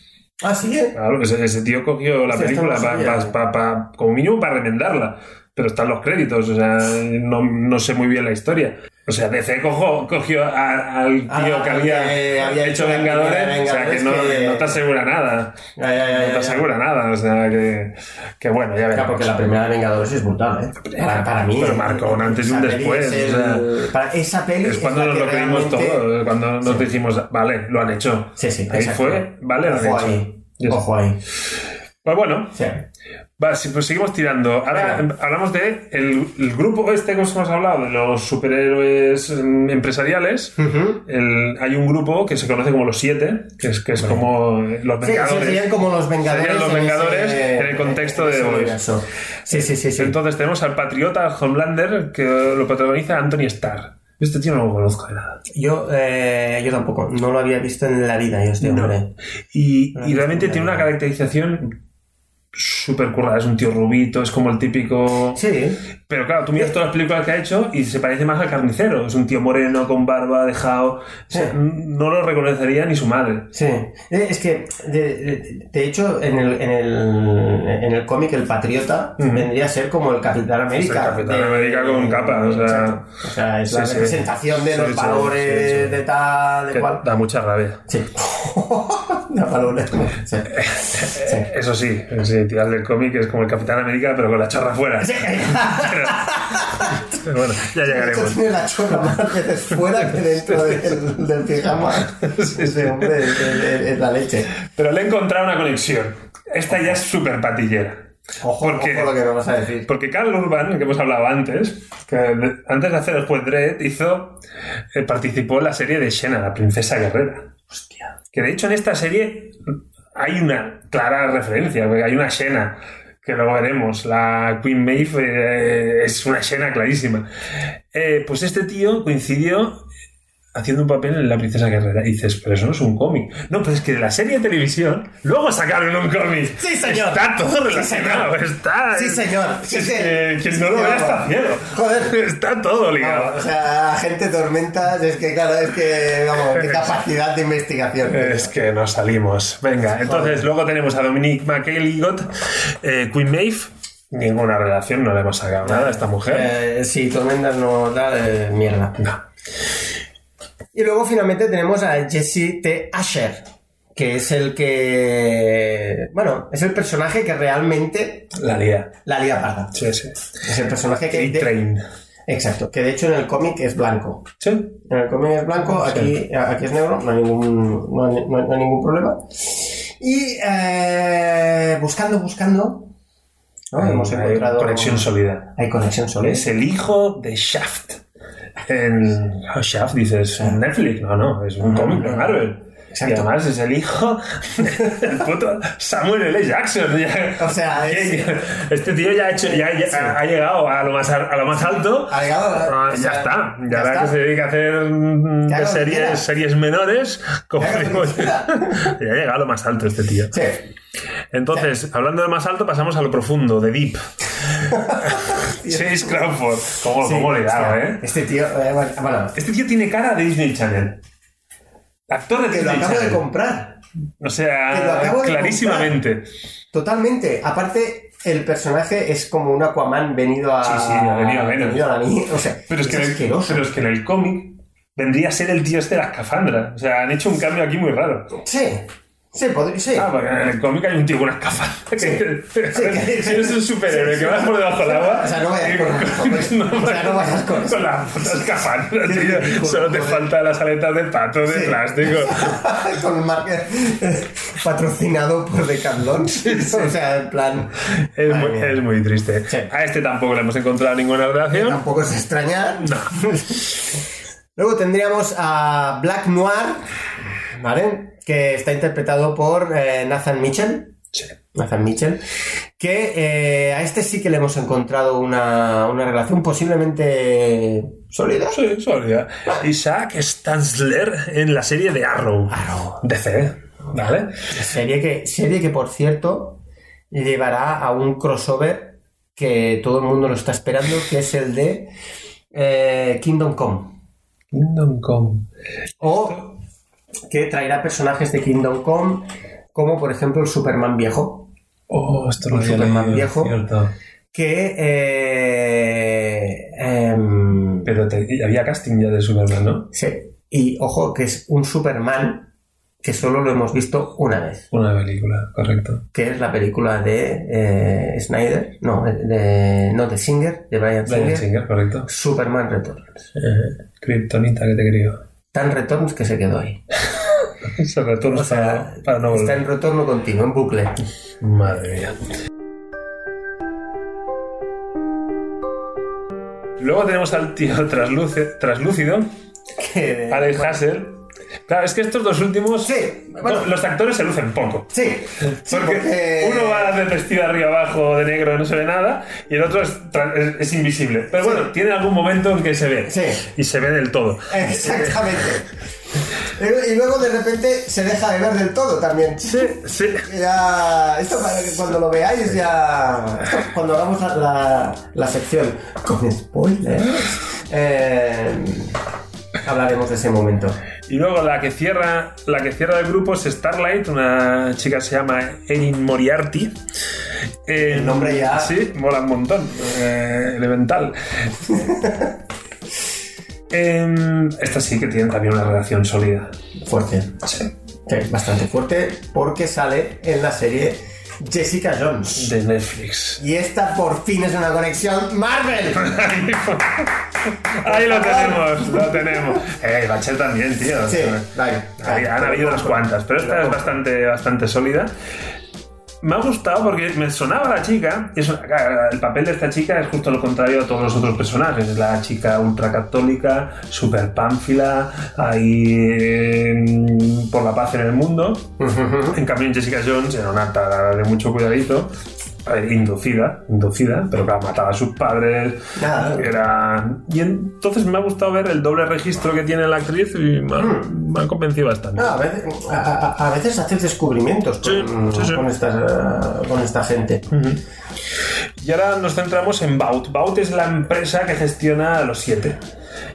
S3: Ah, sí, ¿eh?
S2: Claro, ese, ese tío cogió la
S3: Hostia,
S2: película
S3: esto no
S2: pa- pa-
S3: sabía.
S2: pa- pa- como mínimo para remendarla. Pero están los créditos, o sea, no, no sé muy bien la historia. O sea, DC cojo- cogió a- al tío
S3: Ah,
S2: que había,
S3: que había
S2: hecho
S3: hecho la
S2: Vengadores,
S3: primera
S2: o sea, que
S3: Vengadores
S2: no,
S3: que-
S2: no te asegura nada.
S3: Ya, ya, ya,
S2: No te
S3: ya.
S2: asegura nada, o sea, que, que bueno, ya
S3: Claro,
S2: veremos.
S3: porque la primera de Vengadores es brutal, ¿eh? Para, para mí.
S2: Pero marcó un antes y un
S3: esa peli
S2: después,
S3: es el- para- esa peli
S2: Es cuando
S3: la
S2: nos
S3: que
S2: lo creímos
S3: realmente-
S2: todo, cuando nos
S3: Sí.
S2: dijimos, vale, lo han hecho.
S3: Sí, sí,
S2: Ahí
S3: exacto.
S2: fue, vale, lo han
S3: Ojo
S2: hecho.
S3: ahí.
S2: Ya está.
S3: Ojo ahí.
S2: Pues bueno,
S3: Sí.
S2: va, si- pues seguimos tirando. Ahora
S3: Venga.
S2: em, hablamos de el, el grupo este que os hemos hablado, de los superhéroes em, empresariales.
S3: Ujú.
S2: El- hay un grupo que se conoce como los siete, que es, que es como eh, los
S3: Sí, sí,
S2: Vengadores.
S3: serían como los Vengadores.
S2: Serían los
S3: en ese-
S2: Vengadores en el contexto
S3: en ese
S2: de hoy.
S3: universo. Sí, sí, sí. sí.
S2: Entonces tenemos al patriota Homelander que lo protagoniza Anthony Starr. Yo este tío no lo conozco de nada.
S3: yo, eh, yo tampoco. No lo había visto en la vida, yo este
S2: No.
S3: hombre.
S2: Y,
S3: No,
S2: y
S3: no
S2: realmente
S3: está
S2: tiene una
S3: mal.
S2: caracterización súper currada. Es un tío rubito, es como el típico.
S3: Sí.
S2: Pero claro, tú miras todas las películas que ha hecho y se parece más al carnicero. Es un tío moreno, con barba, dejado. O sea,
S3: Sí.
S2: No lo reconocería ni su madre.
S3: Sí, Eh, es que de, de- de hecho en el, en el, en el cómic el patriota
S2: Ujú.
S3: vendría a ser como el Capitán América.
S2: el Capitán
S3: de-
S2: América con capa, o sea.
S3: Exacto. O sea, es
S2: Sí,
S3: la
S2: sí.
S3: representación de
S2: Sí,
S3: los
S2: sí,
S3: valores
S2: sí, sí.
S3: de tal, de
S2: Que
S3: cual.
S2: da mucha rabia.
S3: Sí. [LAUGHS] de valores. Sí. Sí.
S2: Eso sí, sí, tiras del cómic es como el Capitán América, pero con la charra fuera. [LAUGHS]
S3: Sí.
S2: Pero bueno, ya
S3: De hecho,
S2: llegaremos.
S3: Este tiene la chorra más veces fuera que dentro del, del pijama.
S2: [LAUGHS] Sí, sí.
S3: Ese hombre es, es- es la leche.
S2: Pero le he encontrado una conexión. Esta ya es súper patillera.
S3: Ojo,
S2: Porque-
S3: ojo lo que me vas a decir.
S2: Porque Carl Urban, que hemos hablado antes, que de- antes de hacer el juez Dredd, hizo, eh, participó en la serie de Xena, la princesa guerrera.
S3: Hostia.
S2: Que de hecho en esta serie hay una clara referencia, porque hay una Xena, que luego veremos. La Queen Maeve eh, es una Xena clarísima. Eh, pues este tío coincidió haciendo un papel en La Princesa Guerrera. Y dices, pero eso no es un cómic. No, pero es que de la serie de televisión luego sacaron un cómic.
S3: Sí, señor.
S2: Está todo relacionado. está...
S3: Sí, señor.
S2: Si es
S3: Sí,
S2: que
S3: sí.
S2: quien no lo vea está ciego.
S3: Joder. Ah,
S2: Está todo
S3: Vamos,
S2: ligado.
S3: o sea, gente tormentas, es que claro, es que, vamos,
S2: [LAUGHS]
S3: qué capacidad de investigación.
S2: Es que nos salimos. Venga, entonces luego tenemos a Dominique McElligott, eh, Queen Maeve. Ninguna relación, no le hemos sacado nada a esta mujer.
S3: Eh, sí, tormentas no da eh, mierda.
S2: No.
S3: Y luego finalmente tenemos a Jesse T. Asher, que es el que, bueno, es el personaje que realmente
S2: La lía.
S3: la lía parda.
S2: Sí, sí.
S3: Es el personaje que... de-
S2: K-Train.
S3: exacto, que de hecho en el cómic es blanco.
S2: Sí.
S3: En Eh, el cómic es blanco, aquí, aquí es negro, no hay ningún, no hay- no hay- no hay ningún problema. Y eh, buscando, buscando, ¿no? hemos
S2: Hay
S3: encontrado...
S2: Ah, Conexión sólida.
S3: Hay conexión solo.
S2: Es el hijo de Shaft. En Ah, Shaft dices en Netflix. No, no, es un
S3: No,
S2: cómic de
S3: Ah, no.
S2: Marvel.
S3: Exacto.
S2: Y además es el hijo del puto Samuel L. Jackson. [LAUGHS]
S3: O sea, es...
S2: Este tío ya ha, hecho- ya- ya ha llegado a lo más, a lo más alto.
S3: ha llegado a-
S2: Ah,
S3: o
S2: ya
S3: sea,
S2: está. Ya,
S3: ya
S2: ahora
S3: está.
S2: que se dedica a hacer mm,
S3: Que haga lo que quiera.
S2: series, series menores, como
S3: Que haga lo que
S2: digo, [LAUGHS]
S3: quiera.
S2: ya ha llegado a lo más alto este tío.
S3: Sí.
S2: Entonces, hablando de más alto, pasamos a lo profundo, de Deep. [LAUGHS] Chase Crawford. ¿Cómo,
S3: Sí,
S2: cómo le he dado,
S3: hostia,
S2: eh?
S3: Este tío, eh, bueno, bueno,
S2: Este tío tiene cara de Disney Channel. Actor de
S3: que lo
S2: Disney
S3: acabo de
S2: Channel.
S3: comprar.
S2: o
S3: que lo
S2: sea,
S3: acabo de
S2: clarísimamente.
S3: Totalmente. Aparte, el personaje es como un Aquaman venido a...
S2: Sí, sí, ha venido a menos.
S3: venido a la ni- O sea,
S2: Pero es que, en el-
S3: asqueroso.
S2: pero es que en el cómic vendría a ser el tío este de la escafandra. O sea, han hecho un cambio aquí muy raro.
S3: Sí. Sí, podría, sí.
S2: Ah, porque en el cómic hay un tío con una escafandra. [LAUGHS] Que,
S3: que-
S2: si eres un superhéroe
S3: sí,
S2: que
S3: sí.
S2: vas por debajo del agua.
S3: O sea, no vayas con eso, hombre. O sea, no vayas con eso.
S2: la puta escafandra,
S3: Qué
S2: tío.
S3: ridículo,
S2: Solo te
S3: joder.
S2: faltan las aletas de pato de
S3: Sí.
S2: plástico.
S3: [LAUGHS] Con un marca patrocinado por Decathlon. O sea, en plan.
S2: Es
S3: madre
S2: muy,
S3: mía.
S2: es muy triste.
S3: Sí.
S2: A este tampoco le hemos encontrado ninguna relación.
S3: Tampoco es de extrañar. Luego tendríamos a Black Noir, ¿vale? Que está interpretado por eh, Nathan Mitchell.
S2: Sí.
S3: Nathan Mitchell, que eh, a este sí que le hemos encontrado una, una relación posiblemente sólida.
S2: Sí, sólida. Isaac Stansler en la serie de Arrow.
S3: Claro,
S2: DC, ¿vale?
S3: serie que, serie que por cierto llevará a un crossover que todo el mundo lo está esperando, que es el de eh, Kingdom Come.
S2: Kingdom Come.
S3: O que traerá personajes de Kingdom Come, como por ejemplo el Superman viejo.
S2: Oh, esto
S3: Un
S2: había
S3: Superman
S2: leído,
S3: viejo.
S2: cierto.
S3: que eh, em,
S2: Pero te- y había casting ya de Superman, ¿no?
S3: sí. y ojo que es un Superman que solo lo hemos visto una vez
S2: Una película, correcto.
S3: que es la película de eh, Snyder no de, no de Singer de Brian
S2: Bryan
S3: Singer,
S2: Singer, correcto.
S3: Superman Returns
S2: Eh, Kryptonita que te [LAUGHS] crió.
S3: tan Returns que se quedó ahí
S2: Se retorno
S3: o sea
S2: para, para no
S3: está
S2: volver.
S3: en retorno continuo en bucle
S2: [LAUGHS] Madre mía. Luego tenemos al tío [LAUGHS] trasluce- traslúcido,
S3: que,
S2: Alex Hassel. Claro, es que estos dos últimos.
S3: Sí, bueno.
S2: Los actores se lucen poco.
S3: sí, sí,
S2: Porque uno va de vestido arriba abajo de negro, no se ve nada, y el otro es, tra- es- es invisible. Pero bueno,
S3: Sí.
S2: tiene algún momento en que se ve.
S3: Sí.
S2: Y se ve del todo.
S3: exactamente y luego de repente se deja de ver del todo también
S2: Sí, sí.
S3: Ya, esto para que cuando lo veáis ya... Cuando hagamos la, la- la sección con spoilers, eh, hablaremos de ese momento.
S2: Y luego la que cierra, la que cierra el grupo es Starlight, una chica que se llama Erin Moriarty. Eh,
S3: El nombre ya-
S2: Sí, mola un montón. Eh,
S3: [LAUGHS]
S2: elemental. Em, esta sí que tiene también una relación sólida.
S3: Fuerte.
S2: Sí.
S3: Sí, bastante fuerte porque sale en la serie Jessica Jones.
S2: De
S3: [LAUGHS]
S2: Netflix.
S3: Y esta por fin es una conexión Marvel.
S2: [LAUGHS] Ahí lo tenemos, lo tenemos. Eh, Bachel también, tío.
S3: Sí, vale.
S2: Hay- Han habido unas cuantas, pero esta es bastante, bastante sólida. Me ha gustado porque me sonaba la chica. y es una- claro, el papel de esta chica es justo lo contrario a todos los otros personajes. Es la chica ultracatólica, super pánfila, ahí eh, por la paz en el mundo. En cambio, en Jessica Jones era una tarada de mucho cuidadito. A ver, inducida, inducida, pero que mataba a sus padres.
S3: Nada.
S2: Era... Y entonces me ha gustado ver el doble registro que tiene la actriz y me ha, me ha convencido bastante.
S3: No, a, veces, a- a- a veces haces descubrimientos con,
S2: Sí, Mm. sí, sí.
S3: con esta, con esta gente.
S2: Y ahora nos centramos en Baut. Baut es la empresa que gestiona a los siete.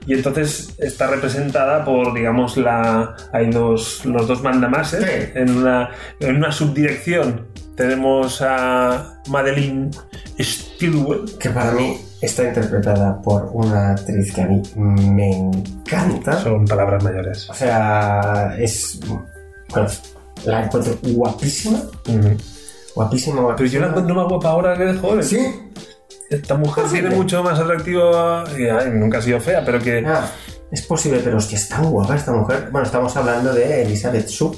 S2: Y entonces está representada por, digamos, la hay dos, los dos mandamases.
S3: Sí.
S2: En, una, en una subdirección tenemos a Madeleine Stilwell.
S3: que para mí está interpretada por una actriz que a mí me encanta.
S2: Son palabras mayores.
S3: O sea, es. Bueno, la encuentro guapísima. Mm. Guapísima, guapísima.
S2: Pero yo la encuentro más guapa ahora que de joven.
S3: Sí.
S2: Esta mujer
S3: Posible.
S2: tiene mucho más atractivo. y, ay, nunca ha sido fea, pero que.
S3: Ah, es posible, pero hostia, es tan guapa esta mujer. Bueno, estamos hablando de Elizabeth Shue.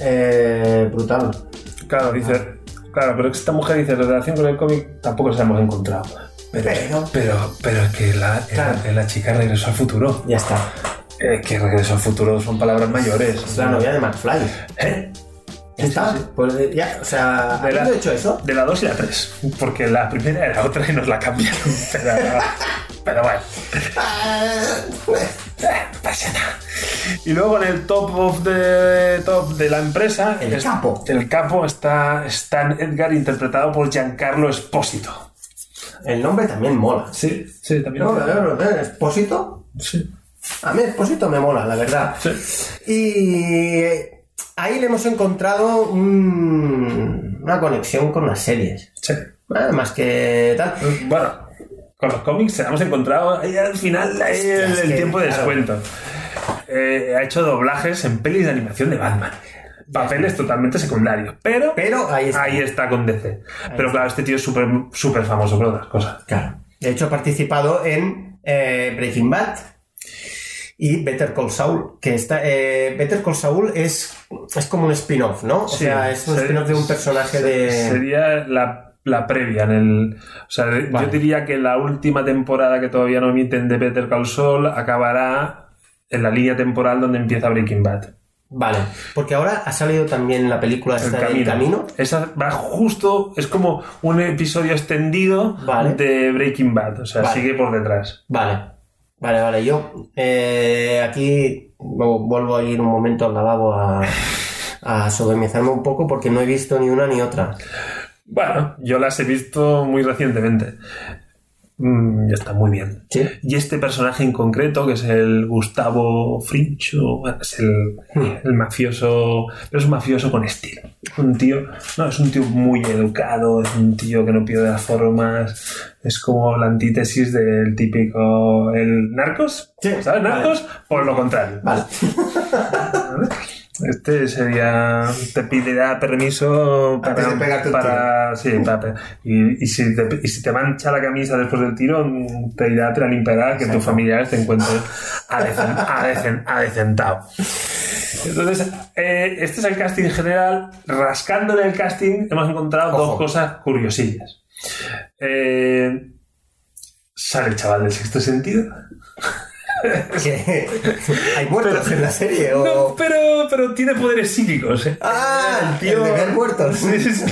S3: Eh, brutal.
S2: Claro, dice. Claro, pero esta mujer dice, "La relación con el cómic tampoco se la hemos encontrado. Pero,
S3: Pero-
S2: pero, pero es que la,
S3: Claro.
S2: la- la chica regresó al futuro.
S3: Ya está.
S2: Eh, que regresó al futuro son palabras mayores.
S3: Es la novia de McFly.
S2: ¿Eh?
S3: Ya está. Pues eh, ya, o sea,
S2: De la-
S3: habiendo hecho eso,
S2: De la 2 y la 3. Porque la primera era otra y nos la cambiaron. [LAUGHS] Pero, pero bueno. Eh, no pasa nada. Y luego en el top of the top de la empresa.
S3: El capo.
S2: El capo está Stan Edgar, interpretado por Giancarlo Espósito.
S3: el nombre también mola.
S2: Sí, sí, también.
S3: No, no, no, no, Esposito.
S2: Sí.
S3: A mí Esposito me mola, la verdad. Y ahí le hemos encontrado un- una conexión con las series.
S2: sí. Mm.
S3: Nada más que tal.
S2: Bueno, con los cómics se la hemos encontrado ahí al final ahí el, el tiempo de descuento. Eh, ha hecho doblajes en pelis de animación de Batman. Papeles totalmente secundarios. Pero,
S3: Pero ahí está.
S2: ahí está con DC. pero claro, este tío es súper súper famoso por otras cosas.
S3: Claro. De hecho, ha participado en eh, Breaking Bad y Better Call Saul, que está... eh, Better Call Saul es, es como un spin-off, ¿no? O
S2: Sí,
S3: sea, es un
S2: ser-
S3: spin-off de un personaje de...
S2: Sería la, la previa en el. O sea, de-
S3: Vale.
S2: yo diría que la última temporada que todavía no emiten de Better Call Saul acabará en la línea temporal donde empieza Breaking Bad.
S3: Vale, porque ahora ha salido también la película esta de El Camino.
S2: Esa va justo, es como un episodio extendido
S3: Vale.
S2: de Breaking Bad, o sea,
S3: Vale.
S2: sigue por detrás.
S3: Vale, vale, vale. Yo eh, aquí vu- vuelvo a ir un momento al lavabo a, a sobremesarme un poco porque no he visto ni una ni otra.
S2: Bueno, yo las he visto muy recientemente. Mm, ya está muy bien.
S3: Sí.
S2: Y este personaje en concreto, que es el Gustavo Frincho, bueno, es el,
S3: Hmm.
S2: el mafioso, pero es un mafioso con estilo. Es un tío, no, es un tío muy educado, es un tío que no pierde las formas, es como la antítesis del típico, el narcos,
S3: Sí,
S2: ¿sabes?
S3: vale.
S2: Narcos, por lo contrario.
S3: Vale. [LAUGHS]
S2: Este sería. Te pedirá permiso para.
S4: Antes de pegarte un
S2: para- sí, para pe- y, y si te, y si te mancha la camisa después del tiro, mm, te irá, te la limpiará, que tus familiares te encuentren adecen- adecen- adecentado. Entonces, eh, este es el casting general. Rascando en el casting, hemos encontrado dos
S3: Ojo.
S2: cosas curiosillas. Eh, sale el chaval del sexto sentido.
S3: ¿Qué? ¿Hay muertos en la serie? O...
S2: No, pero, pero tiene poderes psíquicos. ¿eh?
S3: Ah, el de ver muertos.
S2: Sí, sí, sí.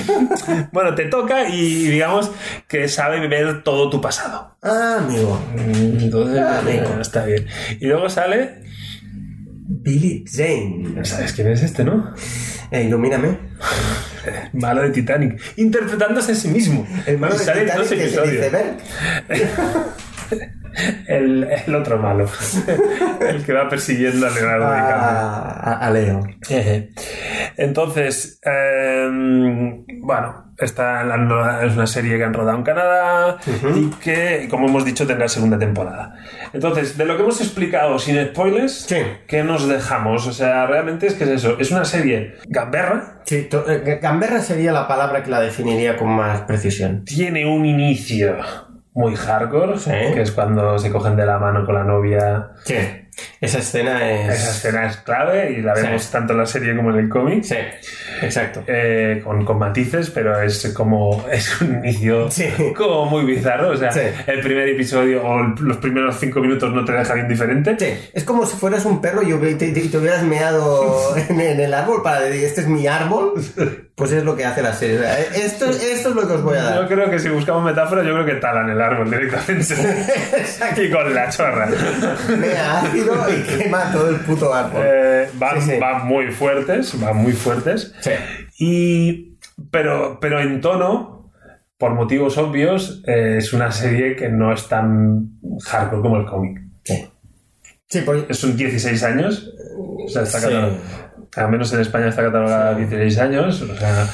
S2: bueno, te toca y digamos que sabe ver todo tu pasado.
S3: Ah, amigo.
S2: Entonces,
S3: Ah,
S2: eh,
S3: venga.
S2: está bien. Y luego sale.
S3: Billy Zane.
S2: ¿Sabes quién es este, no?
S3: Eh, ilumíname.
S2: Malo de Titanic. Interpretándose a sí mismo.
S3: El malo de
S2: Sale en dos
S3: Titanic que se
S2: episodios.
S3: dice ver.
S2: El, el otro malo. [LAUGHS] el que va persiguiendo a Leonardo DiCaprio.
S3: Ah, A, a- a Leo.
S2: Jeje. Entonces, eh, bueno, esta la han rodado- es una serie que han rodado en Canadá y que, como hemos dicho, tendrá segunda temporada. Entonces, de lo que hemos explicado sin spoilers,
S3: Sí.
S2: ¿qué nos dejamos? O sea, realmente es que es eso, es una serie gamberra,
S3: Sí, to- eh, gamberra sería la palabra que la definiría con más precisión.
S2: tiene un inicio muy hardcore,
S3: Sí.
S2: que es cuando se cogen de la mano con la novia.
S3: Sí. Esa escena es...
S2: Esa escena es clave y la
S3: Sí.
S2: vemos tanto en la serie como en el cómic.
S3: Sí, exacto.
S2: eh, con, con matices, pero es como [LAUGHS] es un inicio
S3: Sí.
S2: como muy bizarro. O sea,
S3: Sí.
S2: el primer episodio o el- los primeros cinco minutos no te dejan indiferente.
S3: Sí, es como si fueras un perro y hubie- te, te- te hubieras [LAUGHS] meado en, en el árbol para decir, este es mi árbol. Pues es lo que hace la serie. O sea, Esto, esto es lo que os voy a
S2: Yo
S3: [LAUGHS] dar.
S2: creo que si buscamos metáforas, yo creo que talan el árbol directamente [LAUGHS] y con la chorra.
S3: Mea ácido y quema todo el puto árbol.
S2: Eh, van,
S3: Sí, sí.
S2: van muy fuertes, van muy fuertes.
S3: Sí.
S2: Y, pero, pero en tono, por motivos obvios, eh, es una serie que no es tan hardcore como el cómic.
S3: Sí. Sí, porque-
S2: Es un 16 años. O sea, está
S3: Sí.
S2: catalogado. Al menos en España está catalogada
S3: Sí.
S2: 16 años. O sea,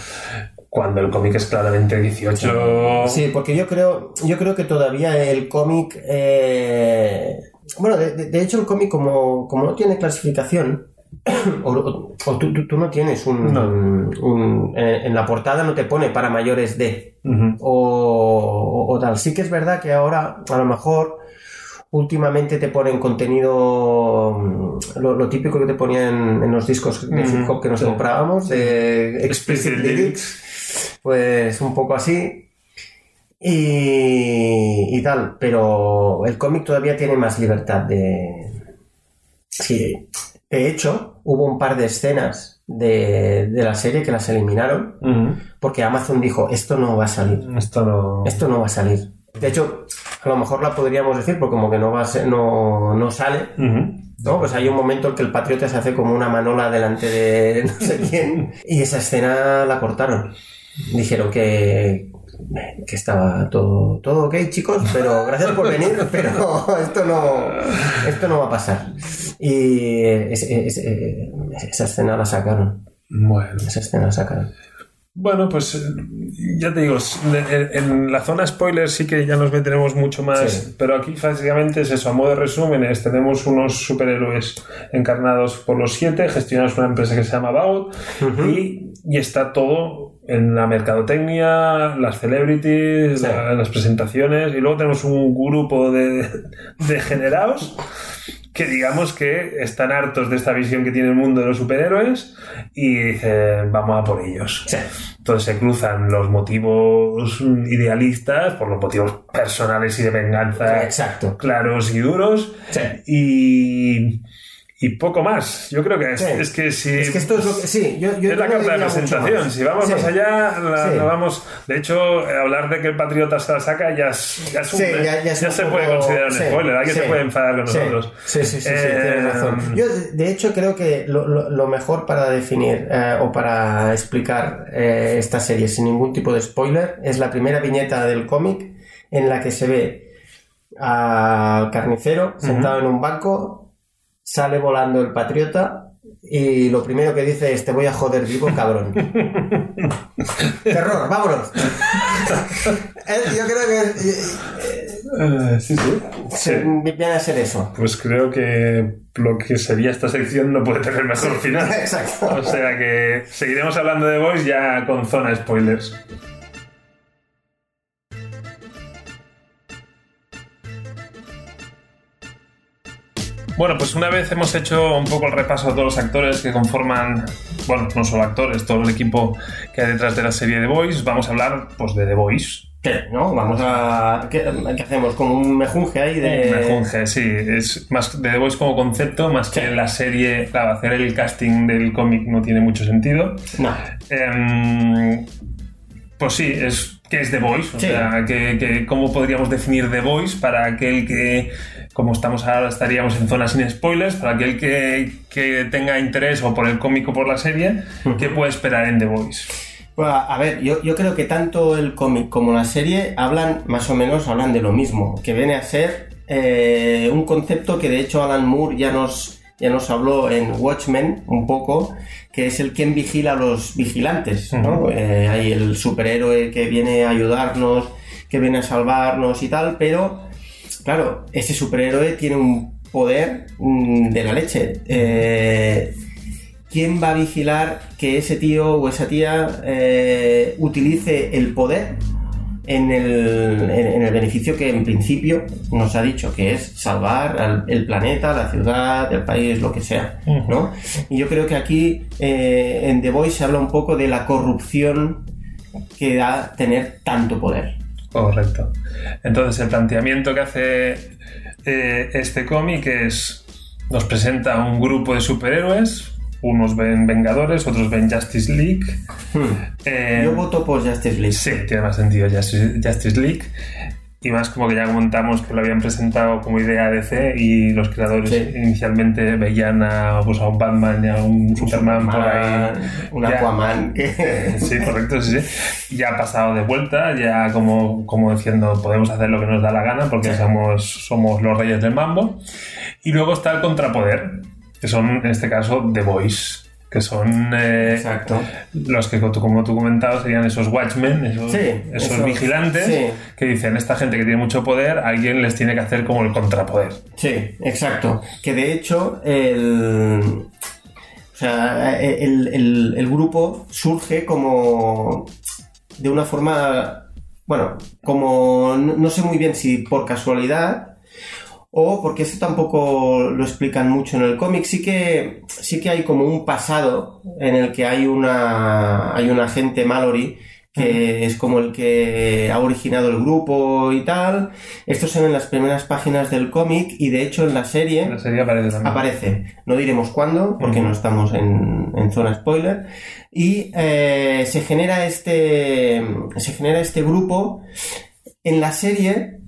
S2: cuando el cómic es claramente 18.
S3: Sí, porque yo creo, yo creo que todavía el cómic. eh, Bueno, de, de- de hecho, el cómic, como, como no tiene clasificación, [COUGHS] o, o- o tú, tú- tú no tienes un.
S2: No.
S3: un- eh, en la portada no te pone para mayores de.
S2: Ujú.
S3: o, o tal. Sí que es verdad que ahora a lo mejor últimamente te ponen contenido mm, lo, lo típico que te ponían en los discos de
S2: Ujú,
S3: hip hop que nos
S2: sí.
S3: comprábamos,
S2: Explicit
S3: de explicit
S2: lyrics.
S3: lyrics, eh, pues un poco así. Y, y tal, pero el cómic todavía tiene más libertad de... Sí. De hecho, hubo un par de escenas de, de la serie que las eliminaron
S2: Ujú.
S3: porque Amazon dijo, esto no va a salir,
S2: Esto no.
S3: Mm, esto no va a salir. De hecho, a lo mejor la podríamos decir, porque como que no va a ser- no, no sale,
S2: Ujú.
S3: ¿no? Pues hay un momento en que el patriota se hace como una manola delante de [LAUGHS] no sé quién, y esa escena la cortaron. Dijeron que, que estaba todo, todo ok, chicos, pero gracias
S2: [LAUGHS]
S3: por venir, pero esto no, esto no va a pasar. Y es- es- es- esa escena la sacaron,
S2: Bueno.
S3: esa escena la sacaron.
S2: Bueno, pues ya te digo, en, en la zona spoiler sí que ya nos meteremos mucho más,
S3: Sí.
S2: pero aquí básicamente es eso, a modo de resúmenes, tenemos unos superhéroes encarnados por los siete, gestionados por una empresa que se llama Baud, y, y está todo en la mercadotecnia, las celebrities,
S3: Sí.
S2: la- las presentaciones, y luego tenemos un grupo de degenerados que digamos que están hartos de esta visión que tiene el mundo de los superhéroes y dicen, vamos a por ellos.
S3: Sí.
S2: Entonces se cruzan los motivos idealistas por los motivos personales y de venganza
S3: Exacto.
S2: claros y duros
S3: Sí.
S2: y, y poco más. Yo creo que es,
S3: Sí.
S2: es que si...
S3: Es que esto es lo que. Sí, yo, yo
S2: es la carta
S3: yo no
S2: de
S3: diría mucho
S2: presentación.
S3: más.
S2: Si vamos
S3: Sí.
S2: más allá, la-
S3: Sí.
S2: la vamos. De hecho, eh, hablar de que el patriota se la saca ya, es- ya, es un-
S3: Sí, ya, ya es
S2: ya
S3: un
S2: se
S3: poco-
S2: puede considerar un
S3: sí,
S2: spoiler. Alguien
S3: sí,
S2: se puede enfadar con
S3: sí,
S2: nosotros.
S3: Sí, sí, sí, sí,
S2: Eh,
S3: tienes razón. Yo, de- de hecho, creo que lo, lo- lo mejor para definir eh, o para explicar eh, esta serie sin ningún tipo de spoiler es la primera viñeta del cómic en la que se ve al carnicero sentado en un banco, sale volando el patriota y lo primero que dice es te voy a joder vivo, [LAUGHS] cabrón. Terror, [LAUGHS] vámonos. Eh, Yo creo que eh,
S2: Eh, sí, sí.
S3: se-
S2: Sí.
S3: viene a ser eso. [LAUGHS]
S2: Pues creo que lo que sería esta sección no puede tener mejor final.
S3: Exacto.
S2: O sea que seguiremos hablando de Voice ya con zona spoilers. Bueno, pues una vez hemos hecho un poco el repaso a todos los actores que conforman, bueno, no solo actores, todo el equipo que hay detrás de la serie The Voice, vamos a hablar pues de The Voice.
S3: ¿Qué? ¿No? Vamos a. ¿Qué, qué hacemos? Como un mejunje ahí de.
S2: Mejunje, Eh, sí, es más de The Voice como concepto, más que la serie, claro, hacer el casting del cómic no tiene mucho sentido.
S3: No.
S2: Em, pues sí, es que es The Voice. O
S3: Sí.
S2: sea, que, que cómo podríamos definir The Voice para aquel que, como estamos ahora, estaríamos en zonas sin spoilers, para aquel que, que tenga interés o por el cómico o por la serie, ¿qué puede esperar en The Voice?
S3: Bueno, Pues, a a ver, yo, yo creo que tanto el cómic como la serie hablan, más o menos, hablan de lo mismo, que viene a ser eh, un concepto que de hecho Alan Moore ya nos, ya nos habló en Watchmen un poco, que es el quien vigila a los vigilantes, ¿no?
S2: Ujú.
S3: Eh, hay el superhéroe que viene a ayudarnos, que viene a salvarnos y tal, pero claro, ese superhéroe tiene un poder mm, de la leche. Eh, ¿Quién va a vigilar que ese tío o esa tía eh, utilice el poder en el, en- en el beneficio que en principio nos ha dicho, que es salvar al- el planeta, la ciudad, el país, lo que sea? ¿no? Y yo creo que aquí eh, en The Voice se habla un poco de la corrupción que da tener tanto poder.
S2: Correcto. Entonces, el planteamiento que hace eh, este cómic es. Nos presenta un grupo de superhéroes. Unos ven Vengadores, otros ven Justice League.
S3: Hmm.
S2: Em,
S3: Yo voto por Justice League.
S2: Sí, tiene más sentido Justice, Justice League. Y más como que ya comentamos que lo habían presentado como idea DC y los creadores
S3: Sí.
S2: inicialmente veían a, pues, a un Batman y a un Superman, por ahí.
S3: Un
S2: Ya. [LAUGHS]
S3: Aquaman que...
S2: Sí, correcto, sí, sí. Ya ha pasado de vuelta, ya como, como diciendo podemos hacer lo que nos da la gana porque somos, somos los reyes del mambo. Y luego está el contrapoder, que son en este caso The Boys, que son eh,
S3: Exacto.
S2: los que, como tú comentabas, serían esos watchmen, esos,
S3: Sí,
S2: esos
S3: esos-
S2: vigilantes
S3: sí.
S2: que dicen, esta gente que tiene mucho poder, alguien les tiene que hacer como el contrapoder.
S3: Sí, exacto. Que de hecho el... O sea, eh, el, el- el grupo surge como... De una forma... Bueno, como... No no sé muy bien si por casualidad o porque eso tampoco lo explican mucho en el cómic, sí que, sí que hay como un pasado en el que hay una, hay un agente Mallory que es como el que ha originado el grupo y tal. Esto se ve en las primeras páginas del cómic y de hecho en la serie
S2: La serie aparece también.
S3: aparece. No diremos cuándo, porque
S2: Ujú.
S3: no estamos en, en zona spoiler. Y eh, se genera este. Se genera este grupo. En la serie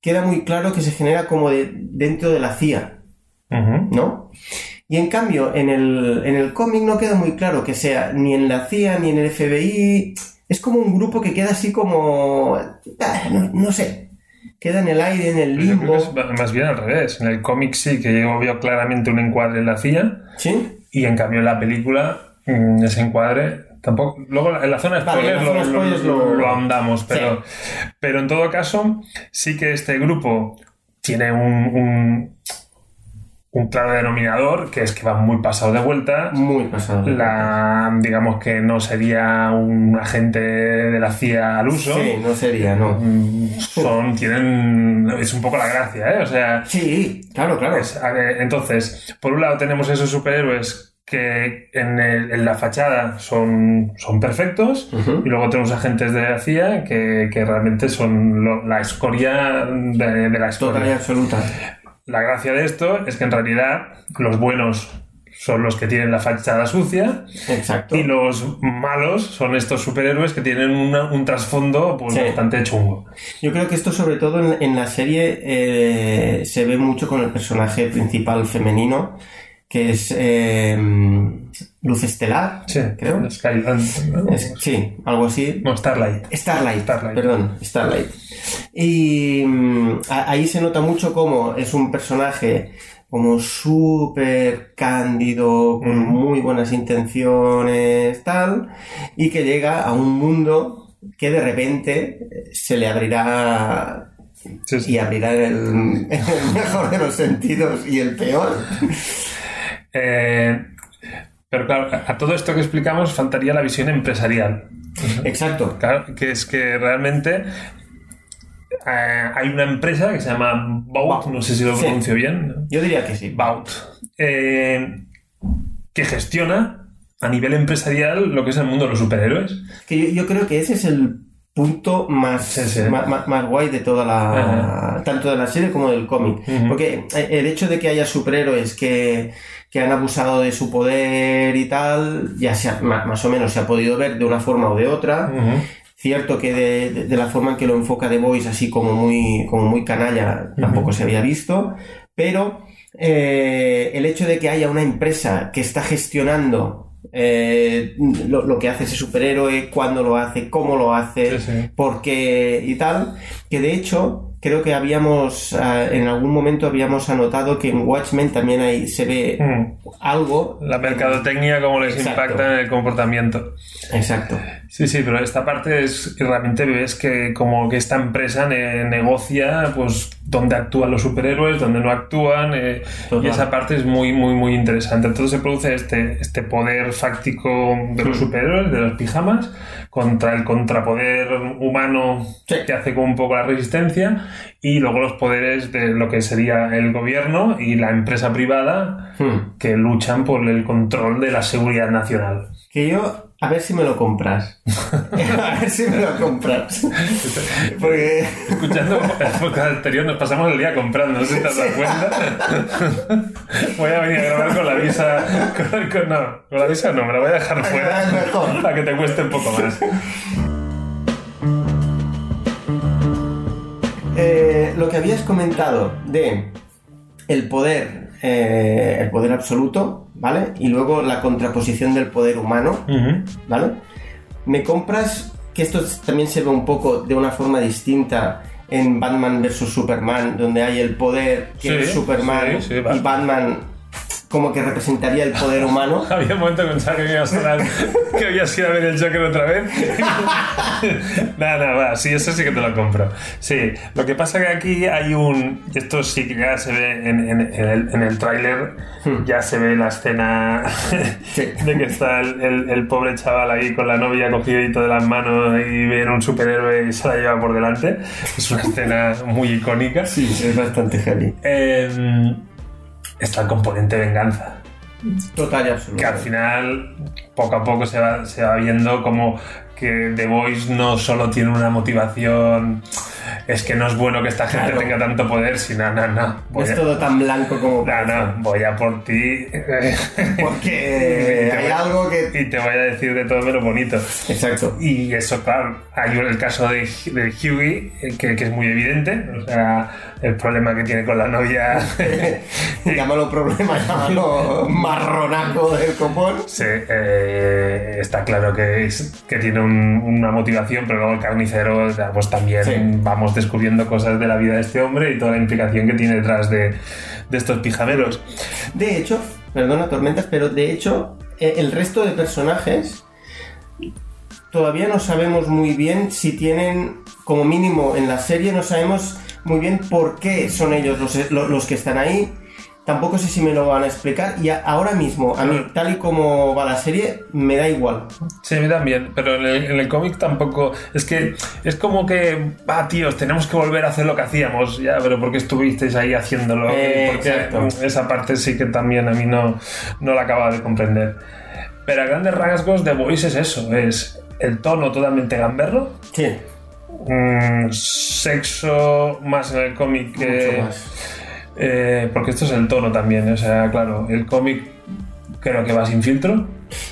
S3: queda muy claro que se genera como de- dentro de la CIA,
S2: Ujú.
S3: ¿no? Y en cambio, en el, en el cómic no queda muy claro que sea ni en la CIA ni en el FBI. Es como un grupo que queda así como. ah, No, no sé. Queda en el aire, en el
S2: Pero yo creo
S3: limbo.
S2: que es ma- más bien al revés. En el cómic sí que yo veo claramente un encuadre en la CIA
S3: ¿Sí?
S2: y en cambio en la película mm, ese encuadre Tampoco, luego en la zona
S3: Vale, en
S2: spoiler,
S3: la zona
S2: lo, lo-
S3: spoilers lo-
S2: lo ahondamos, pero, pero en todo caso, sí que este grupo tiene un, un, un claro denominador, que es que van muy pasado de vuelta.
S3: Muy pasado.
S2: La, digamos que no sería un agente de la CIA al uso.
S3: Sí, no sería, no.
S2: Mm, Son, tienen. Es un poco la gracia, ¿eh? O sea,
S3: Sí, claro, claro.
S2: pues, a ver, entonces, por un lado tenemos esos superhéroes que en, el- en la fachada son, son perfectos
S3: Ujú.
S2: y luego tenemos agentes de la CIA que, que realmente son lo- la escoria de, de la
S3: Total y
S2: escoria.
S3: absoluta.
S2: La gracia de esto es que en realidad los buenos son los que tienen la fachada sucia
S3: Exacto.
S2: y los malos son estos superhéroes que tienen una- un trasfondo pues,
S3: Sí.
S2: bastante chungo.
S3: Yo creo que esto sobre todo en, en la serie eh, se ve mucho con el personaje principal femenino, que es eh, Luz Estelar,
S2: Sí,
S3: creo.
S2: Skyland, ¿no?
S3: Es- sí, algo así.
S2: No, Starlight.
S3: Starlight,
S2: Starlight.
S3: perdón, Starlight. Y mm, a- ahí se nota mucho cómo es un personaje como súper cándido, con
S2: Mm.
S3: muy buenas intenciones, tal, y que llega a un mundo que de repente eh, se le abrirá
S2: Sí, sí.
S3: y abrirá en el, en [LAUGHS] el mejor de los sentidos y el peor.
S2: Eh, pero claro, a a todo esto que explicamos faltaría la visión empresarial.
S3: Exacto.
S2: Claro, que es que realmente eh, hay una empresa que se llama Baut,
S3: Baut.
S2: no sé si lo
S3: Sí.
S2: pronuncio bien.
S3: Yo diría que sí.
S2: Baut. eh, que gestiona a nivel empresarial lo que es el mundo de los superhéroes.
S3: Que yo, yo creo que ese es el punto más,
S2: Sí, sí.
S3: ma- ma- Más, guay de toda la. tanto de la serie como del cómic.
S2: Ujú.
S3: Porque eh, el hecho de que haya superhéroes que, que han abusado de su poder y tal, ya se ha- ma- más o menos se ha podido ver de una forma o de otra. Cierto que de, de- de la forma en que lo enfoca The Voice, así como muy, como muy canalla, tampoco se había visto. Pero eh, el hecho de que haya una empresa que está gestionando eh, lo, lo que hace ese superhéroe, cuándo lo hace, cómo lo hace,
S2: Sí, sí.
S3: por qué y tal, que de hecho creo que habíamos, ah, en algún momento habíamos anotado que en Watchmen también ahí se ve
S2: Mm.
S3: algo.
S2: La mercadotecnia, cómo les
S3: Exacto.
S2: impacta en el comportamiento.
S3: Exacto.
S2: Sí, sí, pero esta parte es realmente ves que como que esta empresa ne- negocia pues dónde actúan los superhéroes, dónde no actúan eh,
S3: Total.
S2: y esa parte es muy muy muy interesante. Entonces se produce este este poder fáctico de los superhéroes, de los pijamas contra el contrapoder humano
S3: Sí.
S2: que hace como un poco la resistencia y luego los poderes de lo que sería el gobierno y la empresa privada
S3: Hmm.
S2: que luchan por el control de la seguridad nacional.
S3: Que yo, a ver si me lo [LAUGHS] compras. a ver si me lo [LAUGHS] compras. Porque.
S2: Escuchando el podcast anterior nos pasamos el día comprando, no sé si te has dado cuenta. Voy a venir a grabar con la visa. Con, con- no, con la visa no, me la voy a dejar
S3: Es
S2: fuera
S3: mejor.
S2: para que te cueste un poco más.
S3: Eh, lo que habías comentado de el poder, eh, el poder absoluto, ¿vale? Y luego la contraposición del poder humano,
S2: Ujú.
S3: ¿vale? Me compras que esto también se ve un poco de una forma distinta en Batman vs Superman, donde hay el poder que
S2: Sí,
S3: es Superman
S2: sí, sí, va.
S3: y Batman como que representaría el poder humano.
S2: [LAUGHS] Había un momento que pensaba que me iba a sonar que habías ido a ver el Joker otra vez. [LAUGHS] Nada, nada, va, sí, eso sí que te lo compro. Sí, lo que pasa que aquí hay un. Esto sí que ya se ve en, en- en el, en el tráiler, ya se ve la escena
S3: Hmm. Sí.
S2: [LAUGHS] de que está el, el- el pobre chaval ahí con la novia cogidito de las manos y viene un superhéroe y se la lleva por delante. Es una escena muy icónica.
S3: [LAUGHS] Sí, es bastante heavy.
S2: Eh, está el componente venganza
S3: Total y absoluto.
S2: que al final poco a poco se va, se va viendo como que The Voice no solo tiene una motivación es que no es bueno que esta gente
S3: Claro.
S2: tenga tanto poder sino no, no
S3: No
S2: voy
S3: es
S2: a,
S3: todo tan blanco [LAUGHS] como
S2: no, no, voy a por ti [LAUGHS]
S3: porque hay algo que
S2: y te voy a decir de todo menos bonito
S3: exacto
S2: y eso claro hay el caso de, de Hughie eh, que, que es muy evidente o sea el problema que tiene con la novia
S3: [LAUGHS]
S2: [LAUGHS]
S3: llámalo problema [LAUGHS] llámalo marronaco del copón
S2: Sí, eh, está claro que, es- que tiene un- una motivación, pero luego el carnicero, o sea, pues también
S3: Sí.
S2: vamos descubriendo cosas de la vida de este hombre y toda la implicación que tiene detrás de, de estos pijameros.
S3: de hecho perdona tormentas pero de hecho eh, el resto de personajes todavía no sabemos muy bien si tienen, como mínimo en la serie, no sabemos muy bien por qué son ellos los, eh, los, los que están ahí. Tampoco sé si me lo van a explicar. Y a- ahora mismo, a mí, tal y como va la serie, me da igual.
S2: Sí, a mí también, pero en el, en el cómic tampoco. Es que es como que, ah, tíos, tenemos que volver a hacer lo que hacíamos, ya, pero ¿por qué estuvisteis ahí haciéndolo?
S3: Eh,
S2: Porque
S3: exacto.
S2: esa parte sí que también a mí no, no la acaba de comprender. Pero a grandes rasgos, The Voice es eso: es el tono totalmente gamberro,
S3: Sí,
S2: mm, sexo más en el cómic que.
S3: mucho más.
S2: eh, porque esto es el tono también, o sea, claro, el cómic creo que va sin filtro.